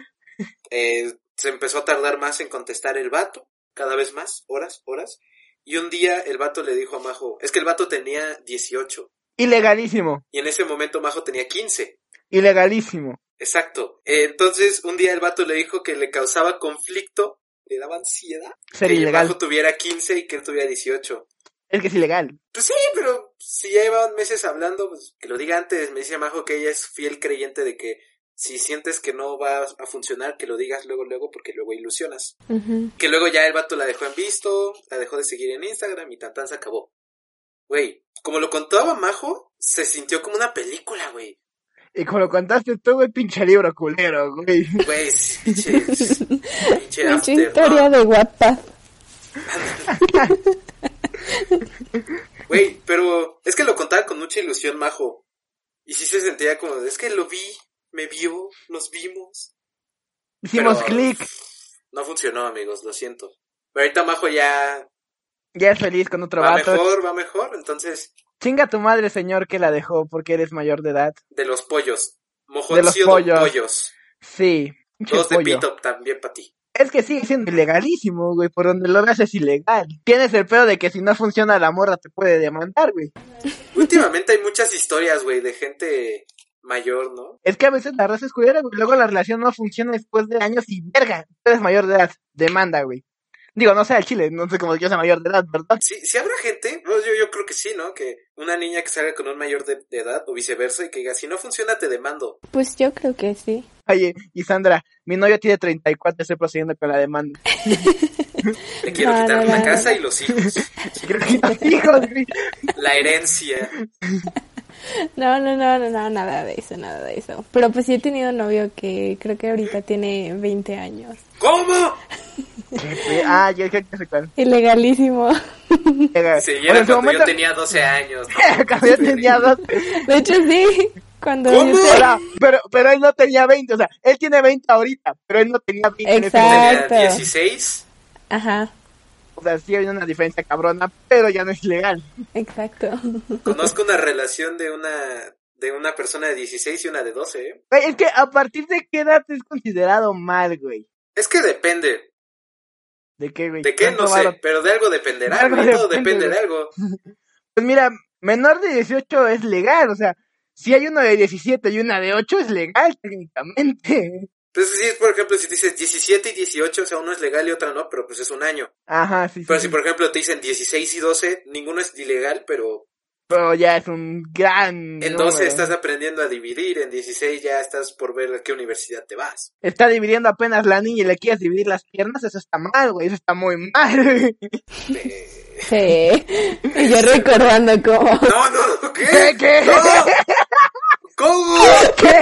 Speaker 2: Eh, se empezó a tardar más en contestar el vato, cada vez más, horas, horas. Y un día el vato le dijo a Majo, es que el vato tenía 18
Speaker 1: Ilegalísimo,
Speaker 2: y en ese momento Majo tenía 15.
Speaker 1: ilegalísimo.
Speaker 2: Exacto. Eh, entonces, un día el vato le dijo que le causaba conflicto, le daba ansiedad.
Speaker 1: Ser
Speaker 2: que
Speaker 1: ilegal.
Speaker 2: Majo tuviera 15 y que él tuviera 18.
Speaker 1: Es que es ilegal.
Speaker 2: Pues sí, pero si ya llevaban meses hablando, pues que lo diga antes. Me dice Majo que ella es fiel creyente de que si sientes que no va a funcionar, que lo digas luego, luego, porque luego ilusionas.
Speaker 3: Ujú.
Speaker 2: Que luego ya el vato la dejó en visto, la dejó de seguir en Instagram y tan tan se acabó. Güey, como lo contaba Majo, se sintió como una película, güey.
Speaker 1: Y como lo contaste tú, güey, pinche libro culero, güey.
Speaker 2: Güey, sí, pinche, pinche
Speaker 3: Mucha
Speaker 2: after,
Speaker 3: historia
Speaker 2: ¿no?
Speaker 3: de WhatsApp.
Speaker 2: Güey, pero es que lo contaba con mucha ilusión, majo. Y sí se sentía como, es que lo vi, me vio, nos vimos.
Speaker 1: Hicimos
Speaker 2: Pero-
Speaker 1: clic,
Speaker 2: No funcionó, amigos, lo siento. Pero ahorita majo ya
Speaker 1: ya es feliz con otro
Speaker 2: va
Speaker 1: vato.
Speaker 2: mejor, va mejor. Entonces,
Speaker 1: Chinga tu madre, señor, que la dejó porque eres mayor de edad.
Speaker 2: de los pollos.
Speaker 1: De los
Speaker 2: Mojoncio de pollos.
Speaker 1: pollos. Sí, pinche
Speaker 2: Dos de
Speaker 1: pollo.
Speaker 2: pito también para ti.
Speaker 1: Es que sigue siendo ilegalísimo, güey. Por donde lo veas es ilegal. Tienes el pedo de que si no funciona la morra te puede demandar, güey.
Speaker 2: últimamente hay muchas historias, güey, de gente mayor, ¿no?
Speaker 1: Es que a veces la raza es culera, güey. Luego la relación no funciona después de años y verga, tú eres mayor de edad, demanda, güey. Digo, no sé al chile, no sé cómo yo sea mayor de edad, ¿verdad?
Speaker 2: Sí, sí habrá gente, Bueno, yo, yo creo que sí, ¿no? Que una niña que salga con un mayor de, de edad o viceversa y que diga, si no funciona, te demando.
Speaker 3: Pues yo creo que sí.
Speaker 1: Oye, y Sandra, mi novio tiene 34, estoy procediendo con la demanda.
Speaker 2: Te quiero
Speaker 3: No,
Speaker 2: quitar
Speaker 3: no,
Speaker 2: la
Speaker 3: no,
Speaker 2: casa y los hijos,
Speaker 1: Creo que los hijos, güey.
Speaker 2: la herencia.
Speaker 3: No, no, no, no, no, nada de eso, nada de eso. Pero pues sí he tenido un novio que creo que ahorita tiene 20 años.
Speaker 2: ¿Cómo?
Speaker 1: Ah, ya creo que sé cuál.
Speaker 3: Ilegalísimo.
Speaker 1: Llega-
Speaker 2: Sí,
Speaker 1: Eh, Bueno,
Speaker 2: era
Speaker 1: en su
Speaker 2: cuando
Speaker 1: momento,
Speaker 2: yo tenía 12 años. ¿no?
Speaker 1: cuando yo tenía dos.
Speaker 3: De hecho sí, cuando
Speaker 2: ¿Cómo?
Speaker 3: yo te-
Speaker 1: Ahora, pero, pero él no tenía 20, o sea, él tiene 20 ahorita, pero él no tenía 20 en ese
Speaker 3: Exacto.
Speaker 1: momento.
Speaker 2: Tenía 16.
Speaker 3: Ajá,
Speaker 1: O sea, sí hay una diferencia cabrona, pero ya no es legal.
Speaker 3: exacto.
Speaker 2: Conozco una relación de una de una persona de 16 y una de 12. ¿eh?
Speaker 1: Güey, es que a partir de qué edad es considerado mal, güey.
Speaker 2: Es que depende.
Speaker 1: ¿De qué, güey?
Speaker 2: ¿De qué? No
Speaker 1: ¿Cuánto varo?
Speaker 2: sé, pero de algo dependerá.
Speaker 1: De algo
Speaker 2: güey, todo
Speaker 1: depende,
Speaker 2: depende de
Speaker 1: güey.
Speaker 2: algo.
Speaker 1: Pues mira, menor de 18 es legal, o sea, si hay uno de 17 y una de 8 es legal técnicamente.
Speaker 2: Entonces, si es, por ejemplo, si te dices 17 y 18, o sea, uno es legal y otra no, pero pues es un año.
Speaker 1: Ajá, sí, sí.
Speaker 2: Pero si,
Speaker 1: sí.
Speaker 2: Pues por ejemplo, te dicen 16 y 12, ninguno es ilegal, pero
Speaker 1: Pero ya es un gran.
Speaker 2: en 12
Speaker 1: número. ¿eh?
Speaker 2: estás aprendiendo a dividir, en 16 ya estás por ver a qué universidad te vas.
Speaker 1: Está dividiendo apenas la niña y le quieres dividir las piernas, eso está mal, güey, eso está muy mal. güey.
Speaker 3: Sí. Y yo recordando cómo.
Speaker 2: No, no,
Speaker 1: ¿Qué?
Speaker 2: ¿qué?
Speaker 1: ¿Qué?
Speaker 2: ¿Cómo?
Speaker 1: ¿Qué?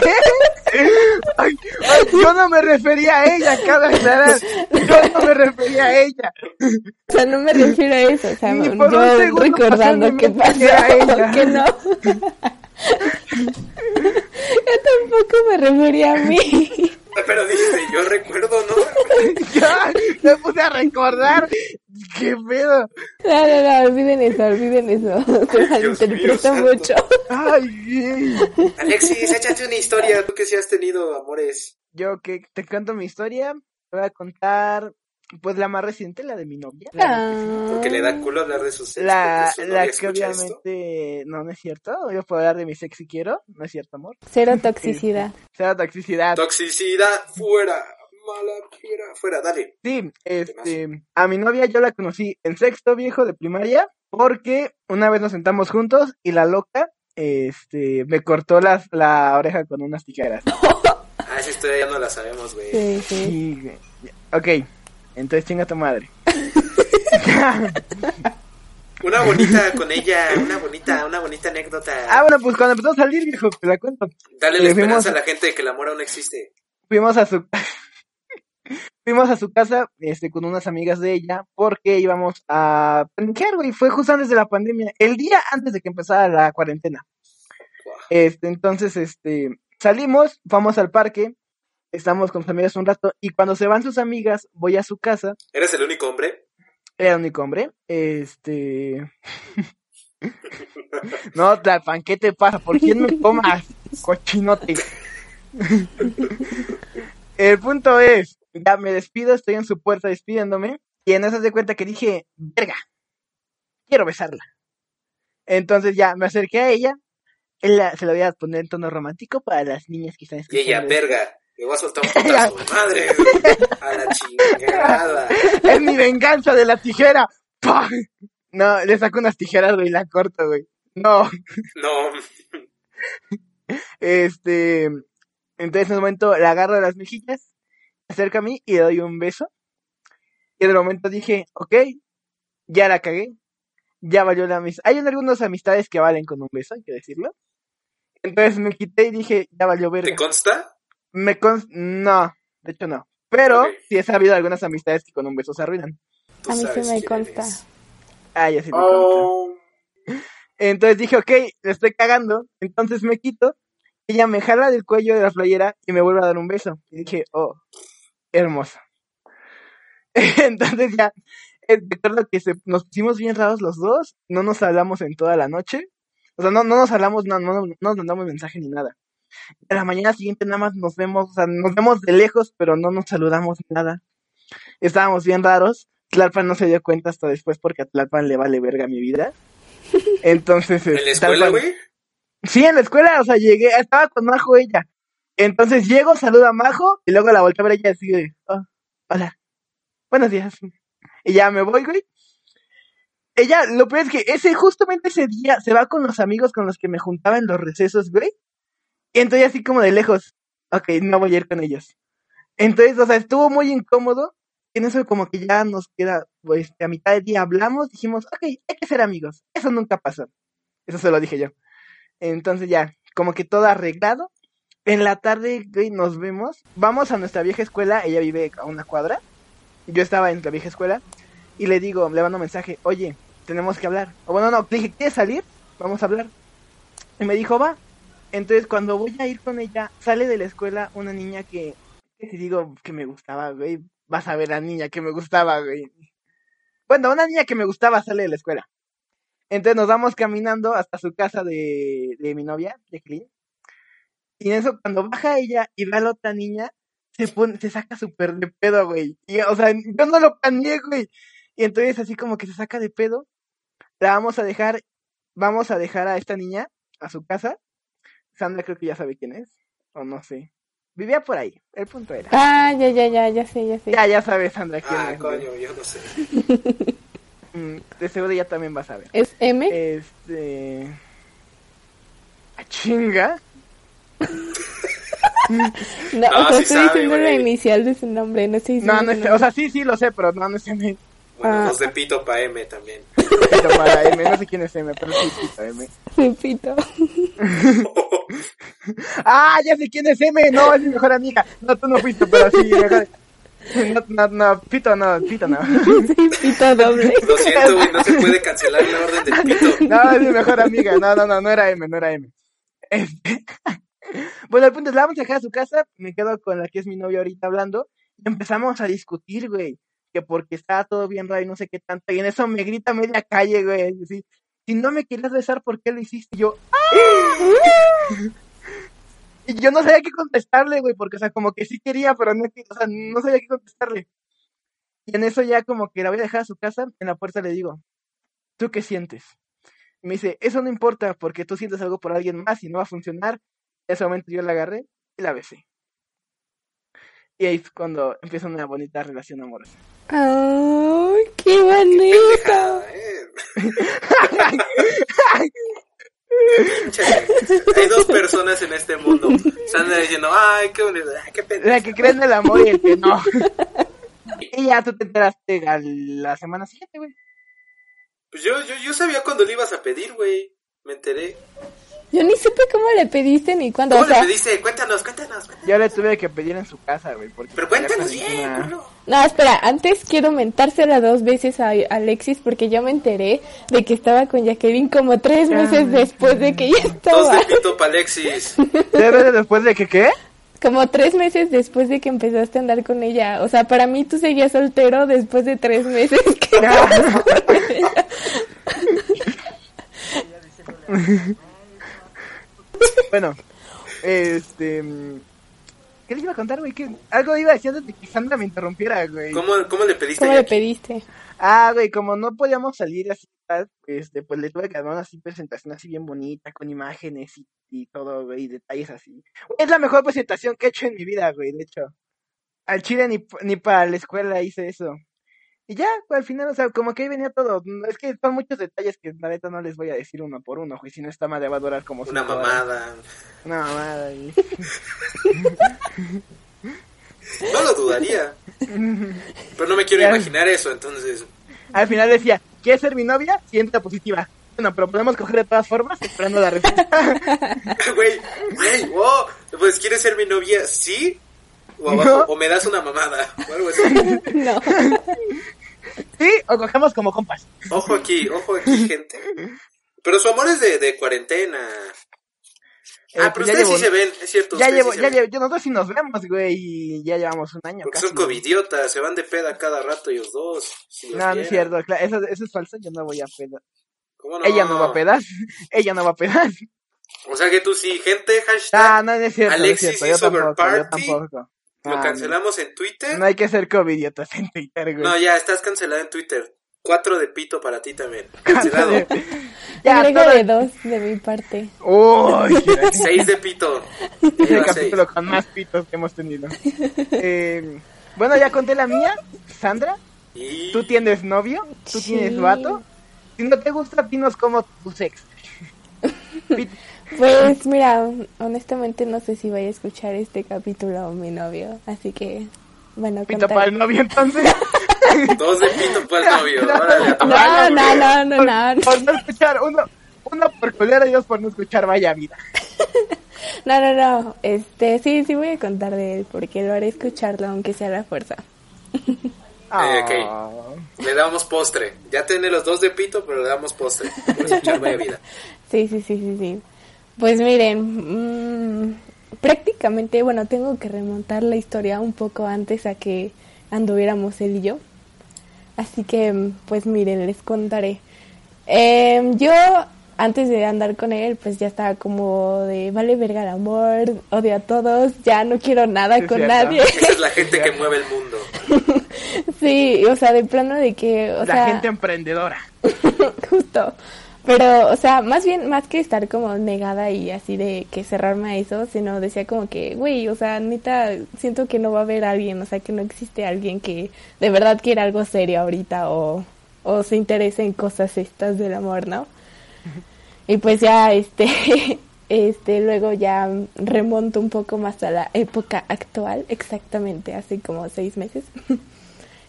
Speaker 1: Ay, ay, yo no me refería a ella, cabe aclarar. Yo no me refería a ella.
Speaker 3: O sea, no me refiero a eso, o sea,
Speaker 1: Ni
Speaker 3: yo
Speaker 1: por un segundo
Speaker 3: recordando
Speaker 1: pasó
Speaker 3: qué
Speaker 1: en mi mente que era
Speaker 3: pasó,
Speaker 1: ella.
Speaker 3: que no. Yo tampoco me refería a mí.
Speaker 2: Pero dijiste, yo recuerdo, ¿no?
Speaker 1: Ya, me puse a recordar. ¿Qué pedo?
Speaker 3: No, no, no, olviden eso, olviden eso. Se
Speaker 2: mío,
Speaker 3: malinterpreta
Speaker 2: santo.
Speaker 3: mucho.
Speaker 1: Ay, güey.
Speaker 2: Alexis, échate una historia, tú que sí has tenido amores.
Speaker 1: Yo que te cuento mi historia, te voy a contar, pues la más reciente, la de mi novia.
Speaker 2: Porque le da
Speaker 3: Ah,
Speaker 2: culo hablar de sus ex,
Speaker 1: La,
Speaker 2: porque su novia
Speaker 1: la que
Speaker 2: escucha esto.
Speaker 1: obviamente, no, no es cierto. Yo puedo hablar de mi sex si quiero, no es cierto, amor.
Speaker 3: Cero toxicidad.
Speaker 1: Será toxicidad.
Speaker 2: Toxicidad, fuera. Mala quiera, fuera, dale.
Speaker 1: Sí, este, a mi novia yo la conocí en sexto viejo de primaria porque una vez nos sentamos juntos y la loca, este, me cortó las, la oreja con unas tijeras.
Speaker 2: Ah, esa historia ya no la sabemos, güey.
Speaker 3: Sí, sí.
Speaker 1: Y, güey, ok, entonces chinga tu madre.
Speaker 2: Una bonita con ella, una bonita, una bonita anécdota.
Speaker 1: Ah, bueno, pues cuando empezó a salir, viejo, te la cuento.
Speaker 2: Dale la
Speaker 1: le
Speaker 2: esperanza
Speaker 1: fuimos-
Speaker 2: a la gente de que el amor aún existe.
Speaker 1: Fuimos a su fuimos a su casa, este, con unas amigas de ella, porque íbamos a planchar, güey. Fue justo antes de la pandemia, el día antes de que empezara la cuarentena. Este, entonces, este, salimos, vamos al parque, estamos con sus amigas un rato, y cuando se van sus amigas, voy a su casa,
Speaker 2: ¿Eres el único hombre?
Speaker 1: era el único hombre, este... no, Tlalpan, ¿qué te pasa? ¿Por quién me tomas, cochinote? el punto es, ya me despido, estoy en su puerta despidiéndome, y en eso se cuenta que dije, verga, quiero besarla. Entonces ya me acerqué a ella, él la- se la voy a poner en tono romántico para las niñas que están
Speaker 2: Y ella,
Speaker 1: esto.
Speaker 2: verga, le voy a soltar un putazo. ¡Madre! A la chingada.
Speaker 1: es mi venganza de la tijera. ¡Pah! No, le saco unas tijeras, güey, y la corto, güey. No,
Speaker 2: No,
Speaker 1: este. Entonces, en un momento, la agarro de las mejillas, se acerca a mí y le doy un beso. Y en el momento dije, ok, ya la cagué, ya valió la amistad. Hay algunas amistades que valen con un beso, hay que decirlo. Entonces me quité y dije, ya valió
Speaker 2: ¿te
Speaker 1: verga.
Speaker 2: consta?
Speaker 1: Me cons- no, de hecho no. Pero
Speaker 2: Ok.
Speaker 1: sí he sabido algunas amistades que con un beso se arruinan.
Speaker 2: Tú
Speaker 3: A mí sí
Speaker 2: sabes
Speaker 3: me
Speaker 2: quién
Speaker 3: consta.
Speaker 2: eres.
Speaker 1: Ah, ya sí me consta.
Speaker 2: Oh.
Speaker 1: Entonces dije, ok, le estoy cagando. Entonces me quito. Ella me jala del cuello de la playera y me vuelve a dar un beso. Y dije, oh, hermoso. Entonces ya, eh, recuerdo que se- nos pusimos bien raros los dos. No nos hablamos en toda la noche. O sea, no, no nos hablamos, no, no, no nos mandamos mensaje ni nada. A la mañana siguiente nada más nos vemos, o sea, nos vemos de lejos, pero no nos saludamos ni nada. Estábamos bien raros. Tlalpan no se dio cuenta hasta después porque a Tlalpan le vale verga mi vida. Entonces,
Speaker 2: ¿En la
Speaker 1: es- tal
Speaker 2: escuela,
Speaker 1: cual.
Speaker 2: güey?
Speaker 1: Sí, en la escuela, o sea, llegué, estaba con Majo ella. Entonces llego, saludo a Majo y luego la volteo a ver ella así de, "Oh, hola, buenos días. Y ya me voy, güey. Ella, lo peor es que ese, justamente ese día, se va con los amigos con los que me juntaba en los recesos, güey. Y entonces así como de lejos, ok, no voy a ir con ellos. Entonces, o sea, estuvo muy incómodo. y En eso como que ya nos queda, pues, a mitad del día hablamos, dijimos, ok, hay que ser amigos. Eso nunca pasó. Eso se lo dije yo. Entonces ya, como que todo arreglado. En la tarde, güey, nos vemos. Vamos a nuestra vieja escuela. Ella vive a una cuadra. Yo estaba en la vieja escuela. Y le digo, le mando un mensaje. Oye, tenemos que hablar. O bueno, no, le dije, ¿quieres salir? Vamos a hablar. Y me dijo, va. Entonces, cuando voy a ir con ella, sale de la escuela una niña que, que si digo que me gustaba, güey, vas a ver a la niña que me gustaba, güey. Bueno, una niña que me gustaba sale de la escuela. Entonces nos vamos caminando hasta su casa de, de mi novia, de Jacqueline. Y en eso, cuando baja ella y ve a la otra niña, se pone, se saca súper de pedo, güey. Y, o sea, yo no lo planeé, güey. Y entonces así como que se saca de pedo. La vamos a dejar, vamos a dejar a esta niña a su casa. Sandra creo que ya sabe quién es, o no sé. Vivía por ahí, el punto era.
Speaker 3: Ah, ya, ya, ya, ya sé, ya sé.
Speaker 1: Ya, ya sabes, Sandra, quién
Speaker 2: Ah,
Speaker 1: es. güey.
Speaker 2: coño, yo no sé.
Speaker 1: Mm, De seguro ya también vas a ver.
Speaker 3: ¿Es M?
Speaker 1: Este. ¿A chinga?
Speaker 3: no,
Speaker 2: No,
Speaker 3: o sea,
Speaker 2: sí
Speaker 3: estoy
Speaker 2: sabe,
Speaker 3: diciendo la
Speaker 2: güey.
Speaker 3: inicial de su nombre, no estoy diciendo
Speaker 1: No, no
Speaker 3: su
Speaker 1: es. O sea, sí, sí, lo sé, pero no, no es M.
Speaker 2: Bueno,
Speaker 3: Ah.
Speaker 2: los de Pito pa' M también.
Speaker 1: Pito para M. No sé quién es M, pero sí, pito M.
Speaker 3: nombre. Pito.
Speaker 1: ¡Ah, ya sé quién es M! No, es mi mejor amiga. No, tú no fuiste, pero sí, mejor. No, no, no, pito no, pito no.
Speaker 3: Sí, Pito doble.
Speaker 2: Lo siento, güey, no se puede cancelar la orden del Pito.
Speaker 1: No, es mi mejor amiga. No, no, no, no era M, no era M. Este. Bueno, el punto es, la vamos a dejar a su casa, me quedo con la que es mi novia ahorita hablando, y empezamos a discutir, güey, que porque estaba todo bien raro y no sé qué tanto, y en eso me grita a media calle, güey, así, si no me querías besar, ¿por qué lo hiciste? Y yo, ¡ah! y yo no sabía qué contestarle, güey, porque, o sea, como que sí quería, pero no, que- o sea, no sabía qué contestarle. Y en eso ya como que la voy a dejar a su casa, en la puerta le digo, ¿tú qué sientes? Y me dice, eso no importa, porque tú sientes algo por alguien más y no va a funcionar. En ese momento yo la agarré y la besé. Y ahí es cuando empieza una bonita relación amorosa.
Speaker 3: ¡Ay, qué bonito!
Speaker 2: Ah, eh. Pinche, güey. Hay dos personas en este mundo. Sandra diciendo, ay, qué bonito, ay, qué
Speaker 1: La
Speaker 2: pendejo.
Speaker 1: que cree en el amor y el que no. y ya tú te enteraste a la semana siguiente, güey.
Speaker 2: Pues Yo, yo, yo sabía cuando le ibas a pedir, güey. Me enteré.
Speaker 3: Yo ni supe cómo le pediste ni cuándo.
Speaker 2: ¿Cómo
Speaker 3: o sea,
Speaker 2: le pediste? Cuéntanos, cuéntanos, cuéntanos.
Speaker 1: Yo le tuve que pedir en su casa, güey. Porque
Speaker 2: Pero
Speaker 1: tenía
Speaker 2: cuéntanos
Speaker 1: cuarentena.
Speaker 2: bien, culo.
Speaker 3: No, espera, antes quiero mentársela dos veces a Alexis porque yo me enteré de que estaba con Jacqueline como tres meses después de que ella
Speaker 2: Dos
Speaker 3: estaba.
Speaker 2: de Pito pa' Alexis.
Speaker 1: Tres veces después de que, ¿qué?
Speaker 3: Como tres meses después de que empezaste a andar con ella. O sea, para mí tú seguías soltero después de tres meses que andabas con ella.
Speaker 1: Bueno, este... mm, ¿Qué les iba a contar, güey? ¿Qué- Algo iba diciendo de que Sandra me interrumpiera, güey.
Speaker 2: ¿Cómo, cómo le pediste?
Speaker 3: ¿Cómo le
Speaker 2: Jackie?
Speaker 3: pediste?
Speaker 1: Ah, güey, como no podíamos salir así, tal, este, pues le tuve que armar una así presentación así bien bonita, con imágenes y, y todo, güey, y detalles así. Es la mejor presentación que he hecho en mi vida, güey, de hecho. Al chile ni, p- ni para la escuela hice eso. Y ya, güey, al final, o sea, como que ahí venía todo. No, Es que son muchos detalles que la neta no les voy a decir uno por uno, güey, si no esta madre va a durar como
Speaker 2: Una
Speaker 1: cinco horas.
Speaker 2: mamada.
Speaker 1: Una mamada, güey.
Speaker 2: No lo dudaría. Pero no me quiero imaginar eso, entonces.
Speaker 1: Al final decía, ¿quieres ser mi novia? Sienta positiva. Bueno, pero podemos coger de todas formas esperando la respuesta.
Speaker 2: Güey, güey, wow. Pues, ¿quieres ser mi novia? ¿Sí? O, abajo,
Speaker 1: No.
Speaker 2: o me das una mamada. O algo así.
Speaker 3: No.
Speaker 1: ¿Sí? O cogemos como compas.
Speaker 2: Ojo aquí, ojo aquí, gente. Pero su amor es de, de cuarentena.
Speaker 1: Eh,
Speaker 2: Ah, pero
Speaker 1: pues ya
Speaker 2: ustedes sí
Speaker 1: llevo-
Speaker 2: se ven, es cierto.
Speaker 1: Ya
Speaker 2: ustedes
Speaker 1: llevo,
Speaker 2: sí se
Speaker 1: ya
Speaker 2: ven.
Speaker 1: llevo, yo nosotros sí nos vemos, güey, y ya llevamos un año
Speaker 2: Porque
Speaker 1: casi.
Speaker 2: son covidiotas, se van de peda cada rato ellos dos. si Dios
Speaker 1: No, no es
Speaker 2: quiera.
Speaker 1: cierto, claro, eso, eso es falso, yo no voy a pedas.
Speaker 2: ¿Cómo no?
Speaker 1: Ella no va a pedas, ella no va a pedas.
Speaker 2: O sea que tú sí, gente,
Speaker 1: Ah,
Speaker 2: hashtag.
Speaker 1: no, no es cierto, no es
Speaker 2: Alexis
Speaker 1: cierto, yo
Speaker 2: hizo
Speaker 1: tampoco, yo
Speaker 2: overparty,
Speaker 1: tampoco. Ah,
Speaker 2: Lo
Speaker 1: no.
Speaker 2: cancelamos en Twitter.
Speaker 1: No hay que ser covidiotas en Twitter, güey.
Speaker 2: No, ya, estás cancelada en Twitter. Cuatro de pito para ti también. Cancelado.
Speaker 1: Ya, todo-
Speaker 3: Agrégale dos de mi parte.
Speaker 1: Uy,
Speaker 2: Seis de pito.
Speaker 1: es el
Speaker 2: Lleva seis.
Speaker 1: capítulo con más pitos que hemos tenido. Eh, bueno, ya conté la mía. Sandra,
Speaker 2: Y...
Speaker 1: ¿tú tienes novio? ¿Tú
Speaker 3: Sí.
Speaker 1: tienes vato? Si no te gusta, dinos como tu sex. Pi-
Speaker 3: Pues mira, honestamente no sé si voy a escuchar este capítulo mi novio, así que bueno,
Speaker 1: Pito para el novio, entonces.
Speaker 2: Dos de pito para el novio. Órale, a tomar
Speaker 3: Ah, No,
Speaker 2: algo,
Speaker 3: no,
Speaker 2: güey.
Speaker 3: no,
Speaker 1: por,
Speaker 3: no, no,
Speaker 1: por no escuchar. Uno, uno por culero y dos por no escuchar. Vaya vida.
Speaker 3: no, no, no, este, sí, sí voy a contar de él porque lo haré escucharlo aunque sea a la fuerza.
Speaker 2: Eh,
Speaker 1: Ah.
Speaker 2: Le damos postre. Ya tiene los dos de pito, pero le damos postre. Por escuchar Vaya Vida.
Speaker 3: Sí, sí, sí, sí, sí. Pues miren, mm, prácticamente, bueno, tengo que remontar la historia un poco antes a que anduviéramos él y yo. Así que, mm, pues miren, les contaré. Em, yo, antes de andar con él, pues ya estaba como de, vale verga el amor, odio a todos, ya no quiero nada
Speaker 1: Sí,
Speaker 3: con
Speaker 1: cierto.
Speaker 3: nadie.
Speaker 2: Esa es la gente que mueve el mundo.
Speaker 3: sí, o sea, de plano de que, o
Speaker 1: la
Speaker 3: sea...
Speaker 1: gente emprendedora.
Speaker 3: Justo. Pero, o sea, más bien, más que estar como negada y así de que cerrarme a eso, sino decía como que, güey, o sea, neta, siento que no va a haber alguien, o sea, que no existe alguien que de verdad quiera algo serio ahorita o, o se interese en cosas estas del amor, ¿no? Y pues ya, este, este, luego ya remonto un poco más a la época actual, exactamente, hace como seis meses.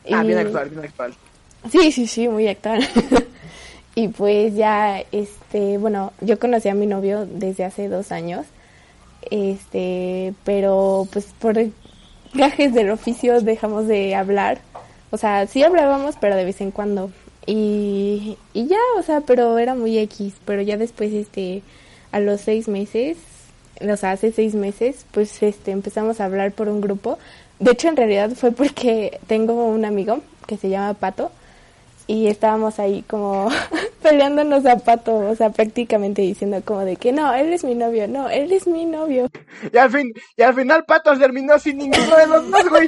Speaker 1: Ah,
Speaker 3: Y-
Speaker 1: bien actual, bien actual.
Speaker 3: Sí, sí, sí, muy actual. y pues ya, este, bueno, yo conocí a mi novio desde hace dos años, este, pero pues por gajes del oficio dejamos de hablar. O sea, sí hablábamos, pero de vez en cuando. Y, y ya, o sea, pero era muy X. Pero ya después, este, a los seis meses, o sea, hace seis meses, pues este, empezamos a hablar por un grupo. De hecho, en realidad fue porque tengo un amigo que se llama Pato y estábamos ahí como peleándonos a Pato, o sea, prácticamente diciendo como de que no, él es mi novio, no, él es mi novio.
Speaker 1: Y al, fin, y al final Patos terminó sin ninguno de los dos, güey.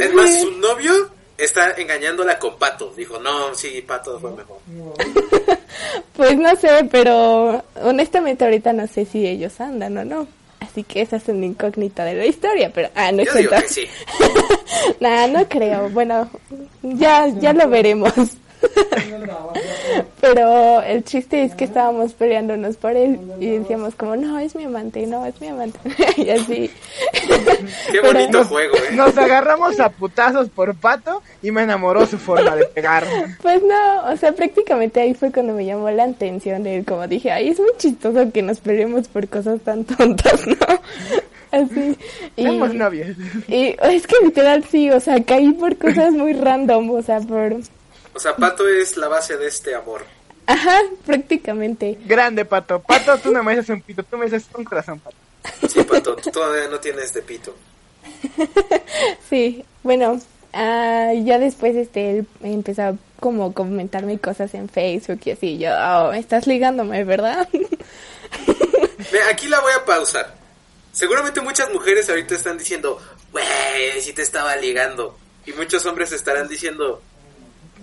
Speaker 2: Es más, su novio está engañándola con Pato. Dijo, no, sí, Pato fue mejor.
Speaker 3: Pues no sé, pero honestamente ahorita no sé si ellos andan o no. Así que esa es una incógnita de la historia, pero ah, no es
Speaker 2: Yo digo
Speaker 3: cierto.
Speaker 2: que sí.
Speaker 3: Nah, no creo. Bueno, ya, ya lo veremos. Pero el chiste es que estábamos peleándonos por él y decíamos como, no, es mi amante, no, es mi amante. Y así.
Speaker 2: Qué bonito juego, ¿eh?
Speaker 1: Nos agarramos a putazos por Pato y me enamoró su forma de pegar.
Speaker 3: Pues no, o sea, prácticamente ahí fue cuando me llamó la atención de él, como dije, ay, es muy chistoso que nos peleemos por cosas tan tontas, ¿no? Así. Y,
Speaker 1: Somos novios.
Speaker 3: y es que literal sí, o sea, caí por cosas muy random, o sea, por...
Speaker 2: O sea, Pato es la base de este amor.
Speaker 3: Ajá, prácticamente.
Speaker 1: Grande, Pato. Pato, tú no me haces un pito, tú me haces un corazón, Pato.
Speaker 2: Sí, Pato, tú todavía no tienes de pito.
Speaker 3: Sí, bueno, ah, ya después este él empezó como a comentarme cosas en Facebook y así, yo, "Oh, estás ligándome, ¿verdad?
Speaker 2: Ve, aquí la voy a pausar. Seguramente muchas mujeres ahorita están diciendo, güey, si te estaba ligando. Y muchos hombres estarán diciendo,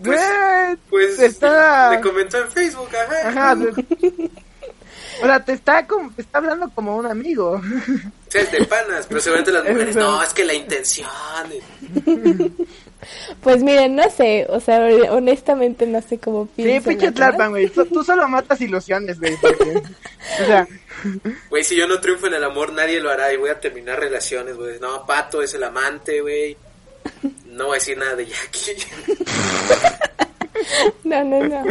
Speaker 2: Pues-
Speaker 1: Eh,
Speaker 2: pues,
Speaker 1: te está...
Speaker 2: me comentó en Facebook, ajá.
Speaker 1: Ajá, te- O sea, te está, como- te está hablando como un amigo.
Speaker 2: O sea, es de panas, pero seguramente las mujeres,
Speaker 1: Eso.
Speaker 2: no, es que la intención.
Speaker 3: Pues miren, no sé, o sea, honestamente no sé cómo
Speaker 1: Sí,
Speaker 3: pienso.
Speaker 1: pinche Tlalpan, güey. So- Tú solo matas ilusiones, güey. porque- O sea,
Speaker 2: Güey, si yo no triunfo en el amor, nadie lo hará y voy a terminar relaciones, güey. No, Pato es el amante, güey. No voy a decir nada de Jackie.
Speaker 3: No, no, no.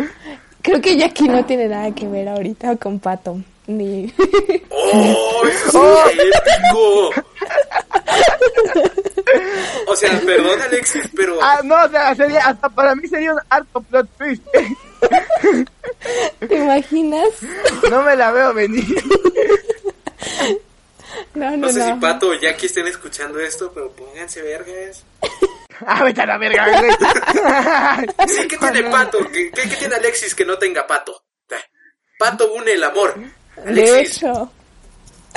Speaker 3: Creo que Jackie no tiene nada que ver ahorita con Pato, ni...
Speaker 2: ¡Oh! ¡Eso es
Speaker 1: Oh.
Speaker 2: épico! O sea, perdón, Alexis, pero...
Speaker 1: ah, no, o sea, sería, hasta para mí sería un harto plot twist.
Speaker 3: ¿Te imaginas?
Speaker 1: No me la veo venir.
Speaker 3: No, no,
Speaker 2: No sé si
Speaker 3: no.
Speaker 2: Pato o Jackie estén escuchando esto, pero pónganse vergas.
Speaker 1: Ah, vete a la verga, güey.
Speaker 2: Sí, ¿qué tiene Pato? ¿Qué, qué, qué tiene Alexis que no tenga Pato? Pato Ah, une el amor.
Speaker 3: De
Speaker 2: Alexis,
Speaker 3: hecho,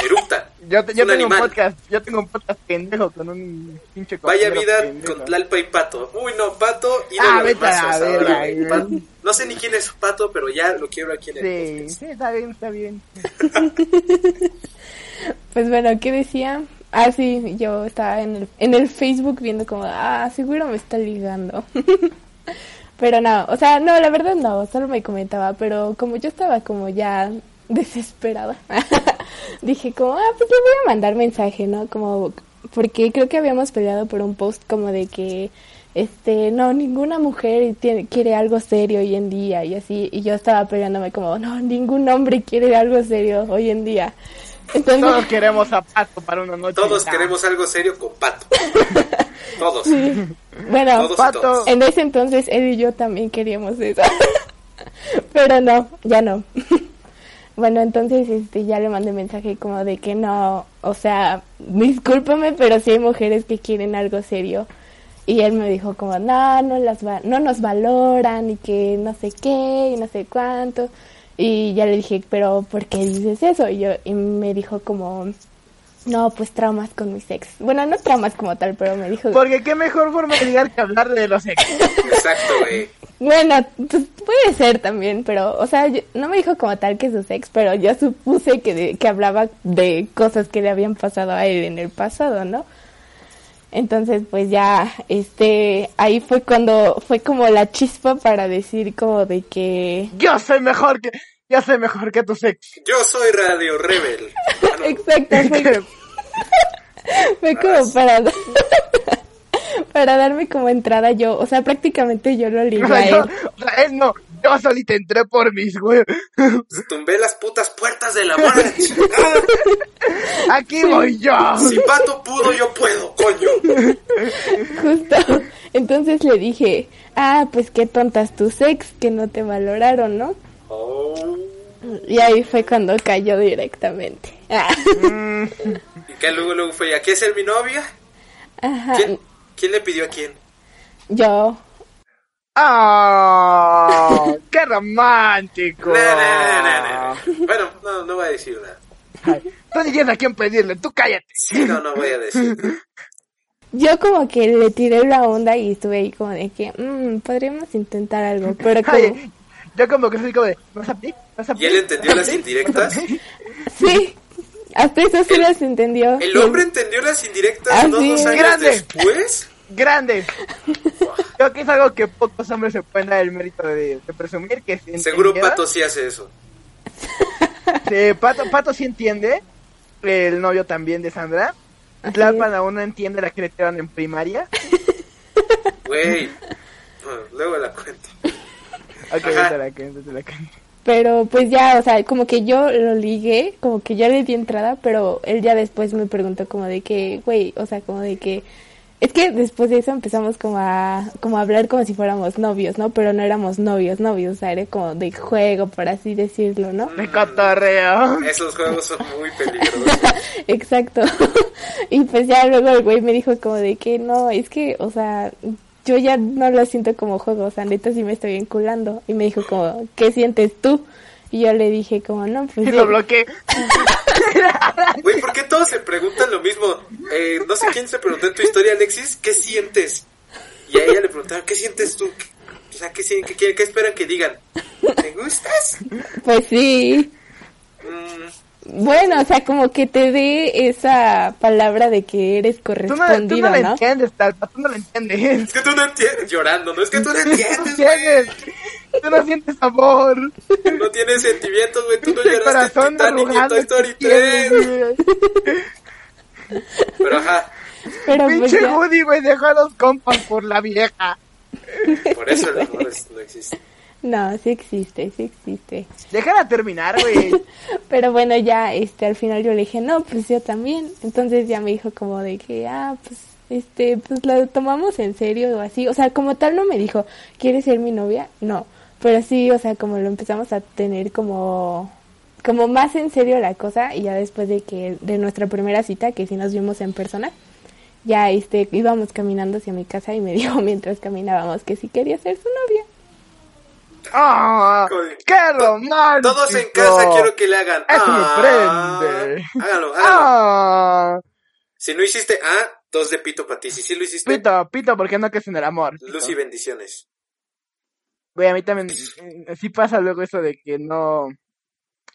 Speaker 2: Erupta.
Speaker 1: Yo, te- yo
Speaker 2: Un
Speaker 1: tengo
Speaker 2: animal.
Speaker 1: un podcast, yo tengo un podcast pendejo con un pinche
Speaker 2: Vaya
Speaker 1: compañero
Speaker 2: vida
Speaker 1: pendejo.
Speaker 2: con Tlalpa y Pato. Uy, no, Pato y
Speaker 1: Ah,
Speaker 2: de los
Speaker 1: vete a la
Speaker 2: mazos ahora,
Speaker 1: verga,
Speaker 2: güey.
Speaker 1: güey.
Speaker 2: Pato- No sé ni quién es Pato, pero ya lo quiero aquí en el
Speaker 1: Sí,
Speaker 2: podcast.
Speaker 1: sí, está bien, está bien.
Speaker 3: Pues bueno, ¿qué decía? Ah, sí, yo estaba en el, en el Facebook viendo como, ah, seguro me está ligando. pero no, o sea, no, la verdad no, solo me comentaba, pero como yo estaba como ya desesperada, dije como, ah, pues le voy a mandar mensaje, ¿no? Como, porque creo que habíamos peleado por un post como de que, este, no, ninguna mujer tiene- quiere algo serio hoy en día y así, y yo estaba peleándome como, no, ningún hombre quiere algo serio hoy en día. Entonces,
Speaker 1: Todos queremos zapato para una noche.
Speaker 2: Todos
Speaker 1: Ah,
Speaker 2: queremos algo serio con Pato. Todos.
Speaker 3: bueno,
Speaker 2: Todos
Speaker 1: Pato.
Speaker 2: y todos.
Speaker 3: en ese entonces él y yo también queríamos eso. Pero no, ya no. Bueno, entonces este, ya le mandé mensaje como de que no, o sea, discúlpame, pero sí hay mujeres que quieren algo serio. Y él me dijo como, no, no, las va- no nos valoran y que no sé qué y no sé cuánto. Y ya le dije, pero ¿por qué dices eso? Y, yo, y me dijo como, no, pues traumas con mis ex. Bueno, no traumas como tal, pero me dijo...
Speaker 1: Porque qué mejor forma de ligar que hablar de los ex.
Speaker 2: Exacto, güey.
Speaker 3: Bueno, pues puede ser también, pero, o sea, yo- no me dijo como tal que su ex, pero yo supuse que, de- que hablaba de cosas que le habían pasado a él en el pasado, ¿no? Entonces, pues ya, este, ahí fue cuando fue como la chispa para decir como de que...
Speaker 1: Yo soy mejor que, yo soy mejor que tus ex.
Speaker 2: Yo soy Radio Rebel. Ah, no.
Speaker 3: Exacto, fue, fue como para, para darme como entrada yo, o sea, prácticamente yo lo
Speaker 1: O
Speaker 3: ligué a
Speaker 1: sea, yo-
Speaker 3: él.
Speaker 1: o sea, él no, yo solita entré por mis güey.
Speaker 2: Tumbé las putas puertas del amor a la chingada.
Speaker 1: Aquí voy yo.
Speaker 2: Si Pato pudo, yo puedo, coño.
Speaker 3: Justo. Entonces le dije, ah, pues qué tontas tus ex que no te valoraron, ¿no?
Speaker 2: Oh.
Speaker 3: Y ahí fue cuando cayó directamente. Ah.
Speaker 1: Mm,
Speaker 2: Y que luego, luego fue, ¿a qué es el mi novia?
Speaker 3: Ajá.
Speaker 2: ¿Quién, quién le pidió a quién?
Speaker 3: Yo,
Speaker 1: ah, ¡Qué romántico!
Speaker 2: No, no, no, no, no. Bueno, no, no voy a decir nada.
Speaker 1: Ay, Tú ni tienes a quién pedirle, tú cállate.
Speaker 2: Sí, no, no voy a decir.
Speaker 3: yo como que le tiré la onda y estuve ahí como de que, mmm, podríamos intentar algo, pero como,
Speaker 1: Ay, yo como que soy como de, ¿no vas a pedir? ¿No vas a
Speaker 2: ¿Y él
Speaker 1: pedir?
Speaker 2: entendió las indirectas?
Speaker 3: sí, hasta eso sí
Speaker 2: El-
Speaker 3: las entendió.
Speaker 2: ¿El hombre entendió las indirectas
Speaker 3: Ah,
Speaker 2: dos,
Speaker 3: sí.
Speaker 2: dos años
Speaker 1: Grande.
Speaker 2: después?
Speaker 1: Grande. Creo que es algo que pocos hombres se pueden dar el mérito de, de presumir que se
Speaker 2: Seguro
Speaker 1: entendieron.
Speaker 2: Pato sí hace eso.
Speaker 1: Sí, Pato, Pato sí entiende. El novio también de Sandra.
Speaker 3: Así
Speaker 1: Tlalpan aún no entiende la que le tiraron en primaria.
Speaker 2: Güey. Bueno, luego la cuento.
Speaker 1: Ok,
Speaker 2: Ajá.
Speaker 1: te la cuento, te la cuento.
Speaker 3: Pero pues ya, o sea, como que yo lo ligué, como que ya le di entrada, pero él ya después me preguntó como de que, güey, o sea, como de que... Es que después de eso empezamos como a, como a hablar como si fuéramos novios, ¿no? Pero no éramos novios, novios, o sea, era como de juego, por así decirlo, ¿no?
Speaker 1: De cotorreo.
Speaker 2: Esos juegos son muy peligrosos.
Speaker 3: Exacto. y pues ya luego el güey me dijo como de que no, es que, o sea, yo ya no lo siento como juego, o sea, neta sí me estoy enculando. Y me dijo como, ¿qué sientes tú? Y yo le dije como, no, pues...
Speaker 1: Y
Speaker 3: yo-
Speaker 1: lo bloqueé.
Speaker 2: Güey, ¿por qué todos se preguntan lo mismo? Eh, no sé quién se preguntó en tu historia, Alexis, ¿qué sientes? Y a ella le preguntaron, ¿qué sientes tú? O sea, ¿qué, sien- qué, quieren- qué esperan que digan? ¿Te gustas?
Speaker 3: Pues sí.
Speaker 2: Mm,
Speaker 3: Bueno, o sea, como que te dé esa palabra de que eres
Speaker 1: Tú no, tú no
Speaker 3: correspondido,
Speaker 1: la
Speaker 3: ¿no?
Speaker 1: entiendes, Tlalpan, tú no la entiendes.
Speaker 2: es que tú no entiendes. Llorando, ¿no? Es que tú no
Speaker 1: Tú
Speaker 2: entiendes, güey.
Speaker 1: entiendes. Tú no sientes amor.
Speaker 2: No tienes sentimientos, güey. Tú no
Speaker 1: El
Speaker 2: lloraste en
Speaker 1: corazón
Speaker 2: Titanic y en
Speaker 1: arrugado.
Speaker 2: Toy Story
Speaker 1: que tienes,
Speaker 2: 3.
Speaker 1: güey.
Speaker 2: Pero ajá,
Speaker 3: Pero pues
Speaker 1: Pinche
Speaker 3: ya,
Speaker 1: Woody, güey, dejó a los compas por la vieja.
Speaker 2: por eso el amor es- no existe.
Speaker 3: no, sí existe, sí existe.
Speaker 1: Déjala terminar, güey.
Speaker 3: Pero bueno, ya, este, al final yo le dije, no, pues yo también. Entonces ya me dijo como de que, ah, pues, este, pues lo tomamos en serio o así. O sea, como tal no me dijo, ¿quieres ser mi novia? No. Pero sí, o sea, como lo empezamos a tener como, como más en serio la cosa y ya después de que, de nuestra primera cita, que sí nos vimos en persona, ya, este, íbamos caminando hacia mi casa y me dijo mientras caminábamos que sí quería ser su novia.
Speaker 1: ¡Ah!
Speaker 2: Joder.
Speaker 1: ¡Qué romántico!
Speaker 2: Todos en casa quiero que le hagan.
Speaker 1: Eso me
Speaker 2: "Ah".
Speaker 1: prende.
Speaker 2: Hágalo, hágalo.
Speaker 1: ¡Ah!
Speaker 2: Si no hiciste ah, dos de pito para ti. Si sí lo hiciste,
Speaker 1: Pito, pito, ¿por qué no crees en el amor? Pito.
Speaker 2: luz y bendiciones.
Speaker 1: Güey, a mí también eh, sí pasa luego eso de que no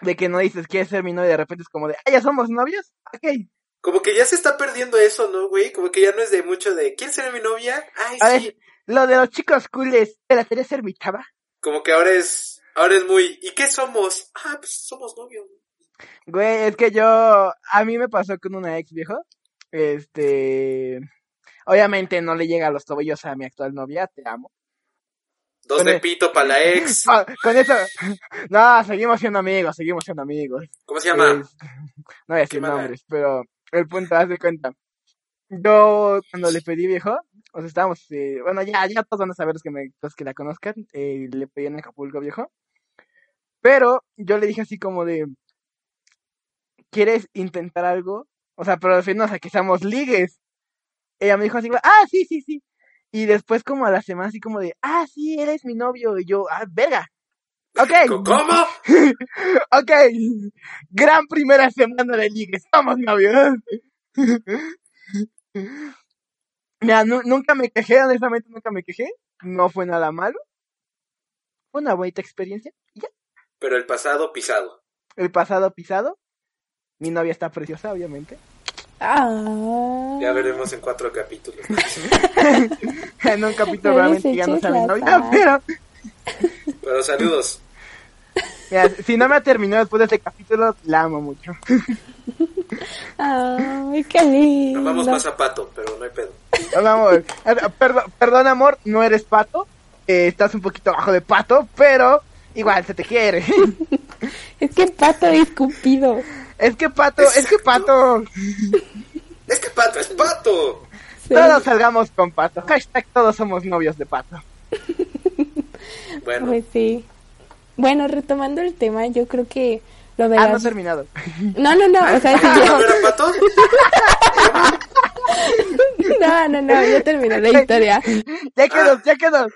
Speaker 1: de que no dices quieres ser mi novio y de repente es como de, "Ah, ya somos novios." Ok.
Speaker 2: Como que ya se está perdiendo eso, ¿no, güey? Como que ya no es de mucho de ¿quién será mi novia? Ay,
Speaker 1: A
Speaker 2: sí.
Speaker 1: ver, lo de los chicos cooles, ¿te la quería ser mi chava?
Speaker 2: Como que ahora es ahora es muy ¿y qué somos? Ah, pues somos novios.
Speaker 1: Güey, es que yo a mí me pasó con una ex viejo. Este, obviamente no le llega a los tobillos a mi actual novia, te amo.
Speaker 2: Dos
Speaker 1: Con
Speaker 2: de
Speaker 1: el-
Speaker 2: pito para la ex.
Speaker 1: Ah, con eso No, seguimos siendo amigos, seguimos siendo amigos.
Speaker 2: ¿Cómo se llama?
Speaker 1: Es- Eh, no voy a decir
Speaker 2: Qué mala.
Speaker 1: nombres, pero el punto, haz de cuenta. Yo, cuando le pedí viejo, o sea, estábamos, eh, bueno, ya, ya todos van a saber los que, me, los que la conozcan, eh, le pedí en Acapulco viejo. Pero yo le dije así como de, ¿quieres intentar algo? O sea, pero referirnos a que seamos ligues. Ella me dijo así, ah, sí, sí, sí. Y después como a la semana así como de, ah, sí, eres mi novio. Y yo, ah, verga. Ok,
Speaker 2: ¿Cómo?
Speaker 1: Ok, gran primera semana de ligue, estamos novios. Mira, nu- nunca me quejé, honestamente nunca me quejé, no fue nada malo, fue una bonita experiencia.
Speaker 2: Pero el pasado pisado.
Speaker 1: El pasado pisado, mi novia está preciosa, obviamente.
Speaker 3: Ah.
Speaker 2: Ya veremos en cuatro capítulos.
Speaker 1: En un capítulo
Speaker 3: No les
Speaker 1: realmente ya no
Speaker 3: eches
Speaker 1: saben
Speaker 3: la
Speaker 1: novia,
Speaker 3: sal.
Speaker 1: pero
Speaker 2: Pero saludos.
Speaker 1: mira, si no me ha terminado después de este capítulo, la amo mucho.
Speaker 3: Ay, qué lindo.
Speaker 2: Nos vamos más a pato, pero no hay pedo.
Speaker 1: Vamos, Eh, perdón, perdón amor, no eres pato, eh, estás un poquito abajo de pato, pero igual se te quiere.
Speaker 3: Es que pato es cupido.
Speaker 1: Es que pato, es que pato.
Speaker 2: ¡Es que pato es pato!
Speaker 3: Sí.
Speaker 1: Todos salgamos con pato. Hashtag todos somos novios de pato.
Speaker 2: Bueno,
Speaker 3: Pues sí. Bueno, retomando el tema, yo creo que lo de
Speaker 1: Ah, no Ah, he
Speaker 3: las-
Speaker 1: terminado.
Speaker 3: No, no, no, o sea, si
Speaker 2: ¿no era
Speaker 3: yo...
Speaker 2: pato?
Speaker 3: No, no, no, yo terminé la historia.
Speaker 1: Ya que nos, ya que nos,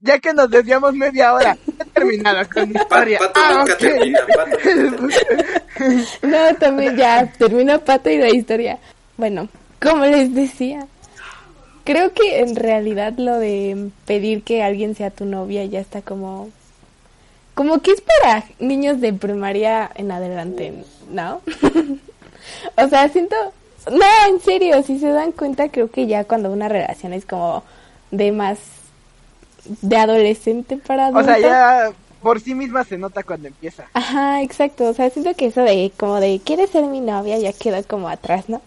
Speaker 1: ya que nos desviamos media hora. He terminado con mi
Speaker 2: Pa-
Speaker 1: historia.
Speaker 2: pato
Speaker 1: Ah,
Speaker 2: nunca
Speaker 1: ok.
Speaker 2: termina, pato nunca termina.
Speaker 3: No, también ya, termina Pato y la historia. Bueno, como les decía, creo que en realidad lo de pedir que alguien sea tu novia ya está como... Como que es para niños de primaria en adelante, ¿no? o sea, siento... No, en serio, si se dan cuenta, creo que ya cuando una relación es como de más... De adolescente para
Speaker 1: O sea,
Speaker 3: adulto.
Speaker 1: ya por sí misma se nota cuando empieza.
Speaker 3: Ajá, exacto. O sea, siento que eso de como de quieres ser mi novia ya queda como atrás, ¿no?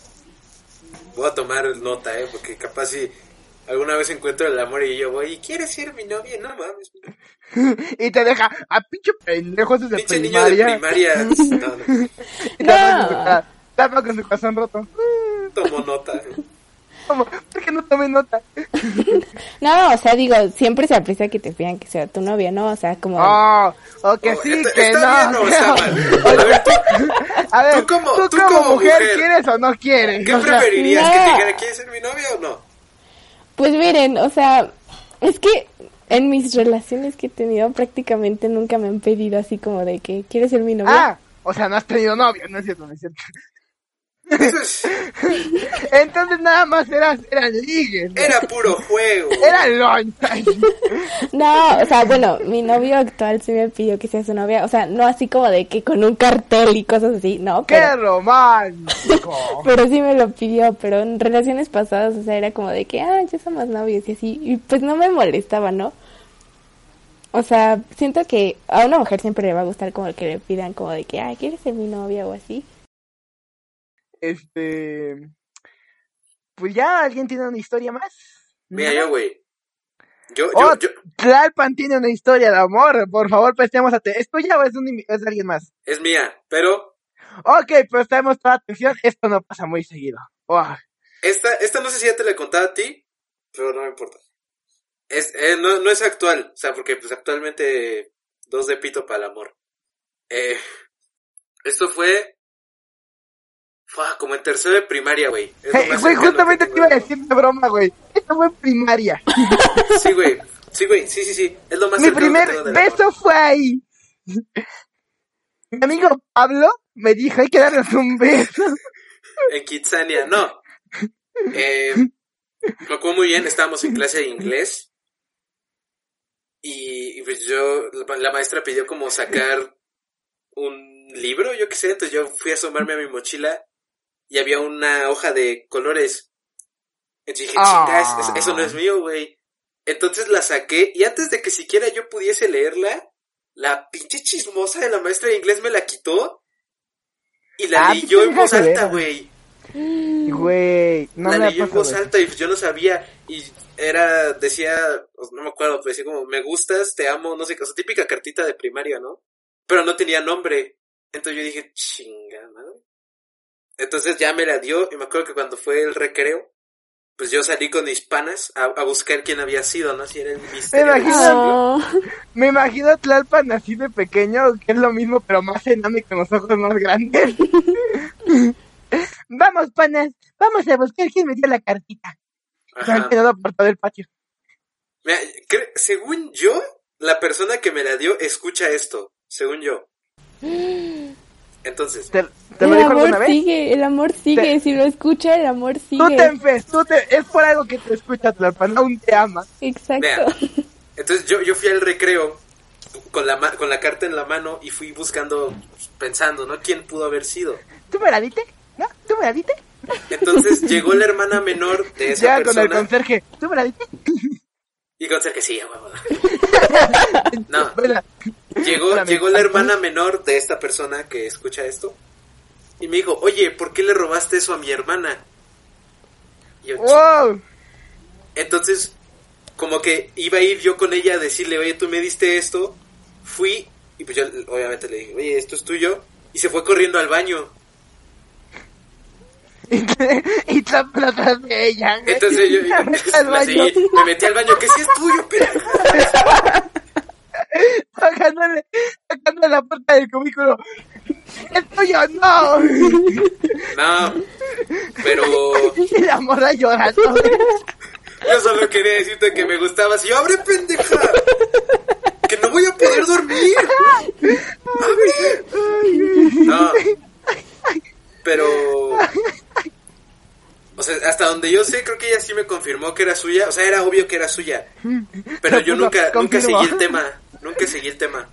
Speaker 2: Voy a tomar nota, ¿eh? Porque capaz si alguna vez encuentro el amor y yo voy, ¿y quieres ser mi novia? No mames.
Speaker 1: Y te deja a pinche pendejo desde
Speaker 2: Pinche niño de
Speaker 1: primaria.
Speaker 2: primaria. No, no.
Speaker 1: Y tapa con su
Speaker 3: No.
Speaker 1: cara- tapa con su corazón roto.
Speaker 2: Tomo nota.
Speaker 1: ¿Cómo? ¿Por qué no tomé nota?
Speaker 3: no, o sea, digo, siempre se aprecia que te pidan que sea tu novia, ¿no? O sea, como
Speaker 1: Oh, o que
Speaker 2: Oh,
Speaker 1: sí,
Speaker 2: está-
Speaker 1: que
Speaker 2: está
Speaker 1: no.
Speaker 2: bien o está mal. A ver, ¿tú
Speaker 1: A ver,
Speaker 2: Tú como- tú
Speaker 1: como
Speaker 2: como
Speaker 1: mujer,
Speaker 2: mujer.
Speaker 1: quieres o no quieres.
Speaker 2: ¿Qué
Speaker 1: O sea,
Speaker 2: preferirías? ¿Que te
Speaker 3: no.
Speaker 2: dijera quieres ser mi novia o no?
Speaker 3: Pues miren, o sea, es que en mis relaciones que he tenido prácticamente nunca me han pedido así como de que quieres ser mi novia.
Speaker 1: Ah, o sea, no has tenido novio, no es cierto, no es cierto.
Speaker 2: Eso es,
Speaker 1: Entonces nada más eras, eran ligues, ¿no?
Speaker 2: era puro juego.
Speaker 1: eran lonchas.
Speaker 3: No, o sea, bueno, mi novio actual sí me pidió que sea su novia, o sea, no así como de que con un cartel y cosas así, no, pero
Speaker 1: ¡Qué romántico!
Speaker 3: Pero sí me lo pidió, pero en relaciones pasadas, o sea, era como de que, ah, ya somos novios y así, y pues no me molestaba, ¿no? O sea, siento que a una mujer siempre le va a gustar como que le pidan como de que, ah, ¿quieres ser mi novia o así?
Speaker 1: Este. Pues ya, ¿alguien tiene una historia más?
Speaker 2: Mira, yo, güey. Yo,
Speaker 1: Oh,
Speaker 2: yo, yo,
Speaker 1: Tlalpan tiene una historia de amor, por favor, prestemos atención. ¿Es tuya o es, de un invi- es de alguien más?
Speaker 2: es mía, pero
Speaker 1: Ok, prestemos toda atención, esto no pasa muy seguido. Oh,
Speaker 2: esta, esta no sé si ya te la contaba a ti, pero no me importa. Es, eh, no, no es actual, o sea, porque pues actualmente dos de pito para el amor. Eh, esto fue, fue como en tercero de primaria, güey. Es lo
Speaker 1: Hey,
Speaker 2: más
Speaker 1: Eh, güey,
Speaker 2: cercano que
Speaker 1: justamente te
Speaker 2: tengo
Speaker 1: iba a
Speaker 2: de-
Speaker 1: decir de broma, güey. Esto fue en primaria.
Speaker 2: Sí, güey. Sí, güey, sí, sí, Pues sí. Es lo más
Speaker 1: Mi
Speaker 2: cercano que
Speaker 1: primer
Speaker 2: tengo del amor.
Speaker 1: beso fue ahí. Mi amigo Pablo me dijo, hay que darnos un beso.
Speaker 2: En Kitsania, no. Eh, me acuerdo muy bien, estábamos en clase de inglés. Y, y pues yo, la, la maestra pidió como sacar un libro, yo qué sé. Entonces yo fui a asomarme a mi mochila y había una hoja de colores. Entonces dije,
Speaker 1: Ah.
Speaker 2: chicas, es- eso no es mío, güey. Entonces la saqué y antes de que siquiera yo pudiese leerla, la pinche chismosa de la maestra de inglés me la quitó y la
Speaker 1: Ah,
Speaker 2: leí
Speaker 1: pinche
Speaker 2: yo en
Speaker 1: vieja
Speaker 2: voz alta,
Speaker 1: culera.
Speaker 2: güey
Speaker 1: Güey,
Speaker 2: la
Speaker 1: no me la
Speaker 2: leí en voz alta y yo no sabía. Y era, decía, pues, no me acuerdo, pero decía como, me gustas, te amo, no sé qué. O sea, típica cartita de primaria, ¿no? Pero no tenía nombre. Entonces yo dije, chinga, madre. Entonces ya me la dio y me acuerdo que cuando fue el recreo, pues yo salí con mis panas a, a buscar quién había sido, ¿no? Si era el misterio. del
Speaker 1: imagino-
Speaker 2: siglo.
Speaker 3: Ah,
Speaker 1: Me imagino a Tlalpan así de pequeño, que es lo mismo, pero más enano y con los ojos más grandes. vamos, panas, vamos a buscar quién me dio la cartita.
Speaker 2: Ajá.
Speaker 1: Solté nada por todo el patio.
Speaker 2: Mira, cre- según yo, la persona que me la dio escucha esto, según yo. Entonces,
Speaker 1: ¿Te, te
Speaker 3: el
Speaker 1: lo dijo alguna
Speaker 3: amor
Speaker 1: vez?
Speaker 3: sigue, el amor sigue. Si lo escucha, el amor
Speaker 1: Tú te
Speaker 3: sigue.
Speaker 1: enfes, tú te... Es por algo que te escucha Tlalpan, aún te ama.
Speaker 3: Exacto.
Speaker 2: Entonces yo, yo fui al recreo con la, ma- con la carta en la mano y fui buscando, pensando, ¿no? ¿Quién pudo haber sido?
Speaker 1: ¿Tú me la diste? ¿No? ¿Tú me la diste?
Speaker 2: Entonces llegó la hermana menor de esa
Speaker 1: Llega con el
Speaker 2: persona
Speaker 1: conserje. ¿Tú me la diste?
Speaker 2: y con ser que sí, a huevo. No,
Speaker 1: Vela.
Speaker 2: llegó,
Speaker 1: Espérame,
Speaker 2: llegó la
Speaker 1: ¿tanto?
Speaker 2: hermana menor de esta persona que escucha esto y me dijo, oye, ¿por qué le robaste eso a mi hermana? Y yo,
Speaker 1: ¡Wow!
Speaker 2: Entonces, como que iba a ir yo con ella a decirle, oye, tú me diste esto. Fui, y pues yo obviamente le dije, oye, esto es tuyo. Y se fue corriendo al baño.
Speaker 1: y Tlalpan atrás de ella, güey.
Speaker 2: Entonces yo
Speaker 1: La metió al
Speaker 2: la seguí,
Speaker 1: baño.
Speaker 2: me metí al baño, que sí es tuyo, pendeja.
Speaker 1: tocándole, tocándole la puerta del cubículo. ¡Es tuyo, no!
Speaker 2: No, pero
Speaker 1: Y la morra llorando.
Speaker 2: yo solo quería decirte que me gustabas. Y yo, abre, pendeja. Que no voy a poder dormir. Abre. No. Pero. O sea, hasta donde yo sé, creo que ella sí me confirmó que era suya. O sea, era obvio que era suya. Pero yo
Speaker 1: Lo
Speaker 2: nunca, nunca
Speaker 1: confirmó.
Speaker 2: seguí el tema. Nunca seguí el tema.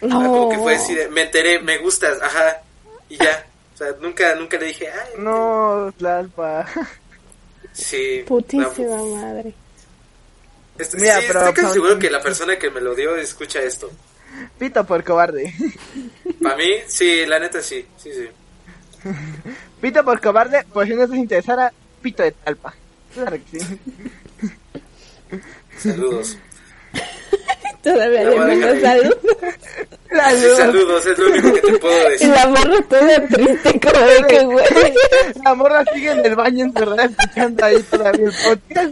Speaker 2: O sea, Ah, como
Speaker 3: No.
Speaker 2: que fue así de, me enteré, me gustas, ajá. Y ya. O sea, nunca, nunca le dije, ay,
Speaker 1: No, Tlalpa.
Speaker 2: sí.
Speaker 3: Putísima
Speaker 2: no,
Speaker 3: madre.
Speaker 2: estoy-
Speaker 1: Mira,
Speaker 2: sí,
Speaker 1: pero-
Speaker 2: estoy casi
Speaker 1: pero-
Speaker 2: seguro que la persona que me lo dio escucha esto.
Speaker 1: Pito por cobarde.
Speaker 2: Para mí, sí, la neta sí, sí, sí.
Speaker 1: Pito por cobarde, por si no te interesara, pito de Tlalpa. Claro que sí.
Speaker 2: Saludos.
Speaker 3: Todavía
Speaker 2: La
Speaker 3: le
Speaker 2: voy a
Speaker 3: mando
Speaker 2: dejar ahí.
Speaker 3: salud.
Speaker 1: La
Speaker 2: Sí, saludos, es lo único que te puedo
Speaker 3: Y
Speaker 2: decir.
Speaker 3: la morra toda triste, como de que, güey.
Speaker 1: La morra sigue en el baño encerrada escuchando ahí todavía el podcast.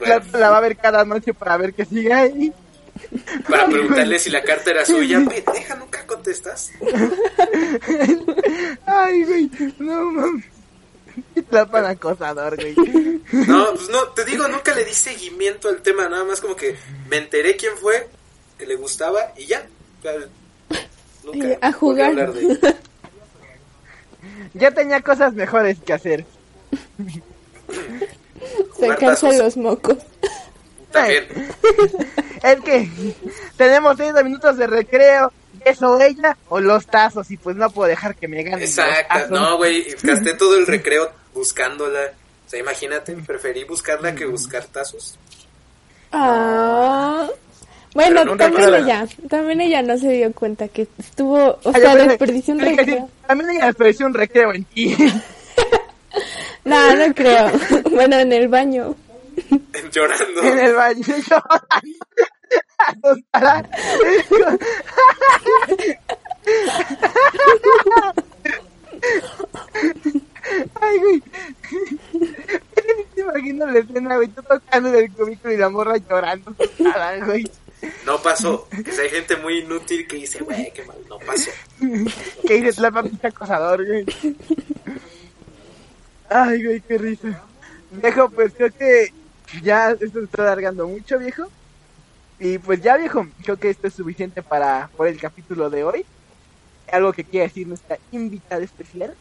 Speaker 1: La,
Speaker 2: Bueno,
Speaker 1: la va a ver cada noche para ver que sigue ahí.
Speaker 2: para preguntarle si la carta era suya, pendeja, nunca contestas.
Speaker 1: Ay, güey. No mames. Tlalpan acosador, güey.
Speaker 2: No, pues no, te digo, nunca le di seguimiento al tema, nada más como que me enteré quién fue, que le gustaba y ya. O sea,
Speaker 3: Y
Speaker 2: Nunca
Speaker 3: a
Speaker 2: volví
Speaker 3: jugar.
Speaker 2: hablar de-
Speaker 1: Ya tenía cosas mejores que hacer.
Speaker 2: Jugar
Speaker 3: Sacarse
Speaker 2: tazos.
Speaker 3: los mocos.
Speaker 2: También.
Speaker 1: Es que tenemos 30 minutos de recreo, eso ella o los tazos y pues no puedo dejar que me ganen los
Speaker 2: Exacto.
Speaker 1: tazos.
Speaker 2: No, güey, gasté todo el recreo buscándola. O sea, imagínate, preferí buscarla que buscar tazos.
Speaker 3: Ah.
Speaker 2: Pero
Speaker 3: Bueno,
Speaker 2: nunca
Speaker 3: también
Speaker 2: para.
Speaker 3: ella, también ella no se dio cuenta que estuvo, o
Speaker 1: Ay,
Speaker 3: sea,
Speaker 1: yo pensé-
Speaker 3: desperdició un
Speaker 1: yo dije,
Speaker 3: recreo.
Speaker 1: sí, También ella desperdició un recreo en ti.
Speaker 3: No, no creo. Bueno, en el baño.
Speaker 2: Llorando.
Speaker 1: en el baño llorando, asustada. Ay, güey. Te imagino la escena, güey, tú tocando en el cubículo y la morra llorando, asustada, güey.
Speaker 2: No pasó. O sea, hay gente muy inútil que dice, güey, qué mal, no pasó.
Speaker 1: Que dices Tlalpan pinche acosador, güey. Ay, güey, qué risa. Dejo, pues creo que ya esto se está alargando mucho, viejo. Y pues ya, viejo, creo que esto es suficiente para por el capítulo de hoy. Algo que quiera decir nuestra invitada especial.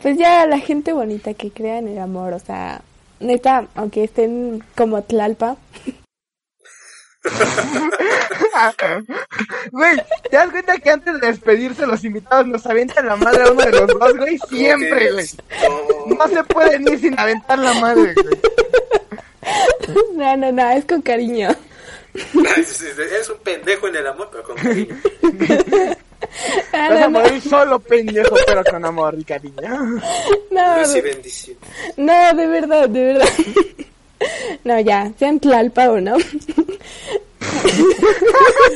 Speaker 3: Pues ya la gente bonita que crea en el amor, o sea, neta, aunque estén como Tlalpa,
Speaker 1: Güey, ¿te das cuenta que antes de despedirse los invitados nos avientan la madre a uno de los dos, güey? Siempre, güey. No se pueden ir sin aventar la madre, güey.
Speaker 3: no, no, no, es con cariño.
Speaker 2: Eres un pendejo en el amor, pero con cariño.
Speaker 3: Ah,
Speaker 1: Vas a
Speaker 3: no, no,
Speaker 1: morir solo, pendejo, pero con amor y cariño.
Speaker 3: no,
Speaker 2: Luz y
Speaker 3: de-
Speaker 2: bendición.
Speaker 3: no, de verdad, de verdad. No, ya, sean Tlalpa o no.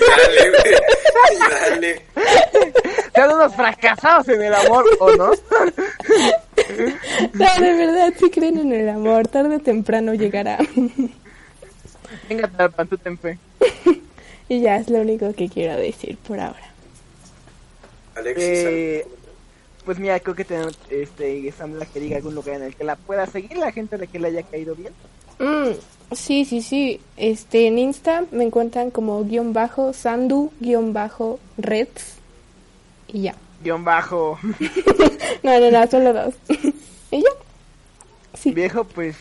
Speaker 2: Dale, güey. Dale.
Speaker 1: Sean unos fracasados en el amor, ¿o no?
Speaker 3: No, de verdad, si creen en el amor, tarde o temprano llegará.
Speaker 1: Venga, Tarpan, tú ten fe.
Speaker 3: Y ya es lo único que quiero decir por ahora.
Speaker 2: Alexis,
Speaker 1: Eh,
Speaker 2: ¿algo?
Speaker 1: Pues mira, creo que tenemos, este, Sandra que diga algún lugar en el que la pueda seguir, la gente a la que le haya caído bien.
Speaker 3: Mm, sí, sí, sí. Este, en Insta me encuentran como guión bajo sandu guión bajo reds. Y ya.
Speaker 1: Guión bajo.
Speaker 3: No, no, no, solo dos. y ya. Sí.
Speaker 1: Viejo, pues,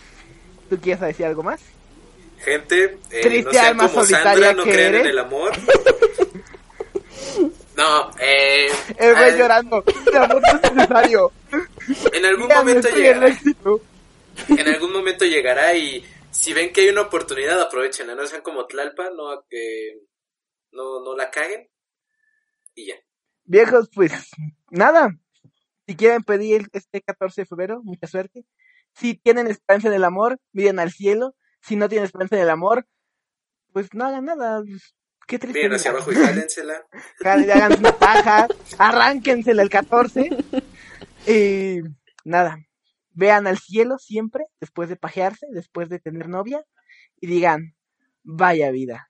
Speaker 1: ¿tú quieres decir algo más?
Speaker 2: Gente, eh,
Speaker 1: Triste
Speaker 2: no sean
Speaker 1: alma
Speaker 2: como Sandra,
Speaker 1: solitaria
Speaker 2: no
Speaker 1: que
Speaker 2: crean
Speaker 1: eres.
Speaker 2: en el amor. No, eh,
Speaker 1: El güey
Speaker 2: al-
Speaker 1: llorando. El amor no es necesario.
Speaker 2: en algún
Speaker 1: Ya me
Speaker 2: momento
Speaker 1: estoy en el
Speaker 2: llegará,
Speaker 1: éxito.
Speaker 2: en algún momento llegará y si ven que hay una oportunidad aprovechenla, no sean como Tlalpa, no eh, no no la caguen y ya.
Speaker 1: Viejos, pues nada. Si quieren pedir este 14 de febrero, mucha suerte. Si tienen esperanza en el amor, miren al cielo. Si no tienen esperanza en el amor, pues no hagan nada. Qué triste.
Speaker 2: Miren hacia
Speaker 1: vida.
Speaker 2: abajo y jálensela.
Speaker 1: Hagan hagan una paja, arránquensela el 14. Y nada, vean al cielo siempre, después de pajearse, después de tener novia, y digan, vaya vida.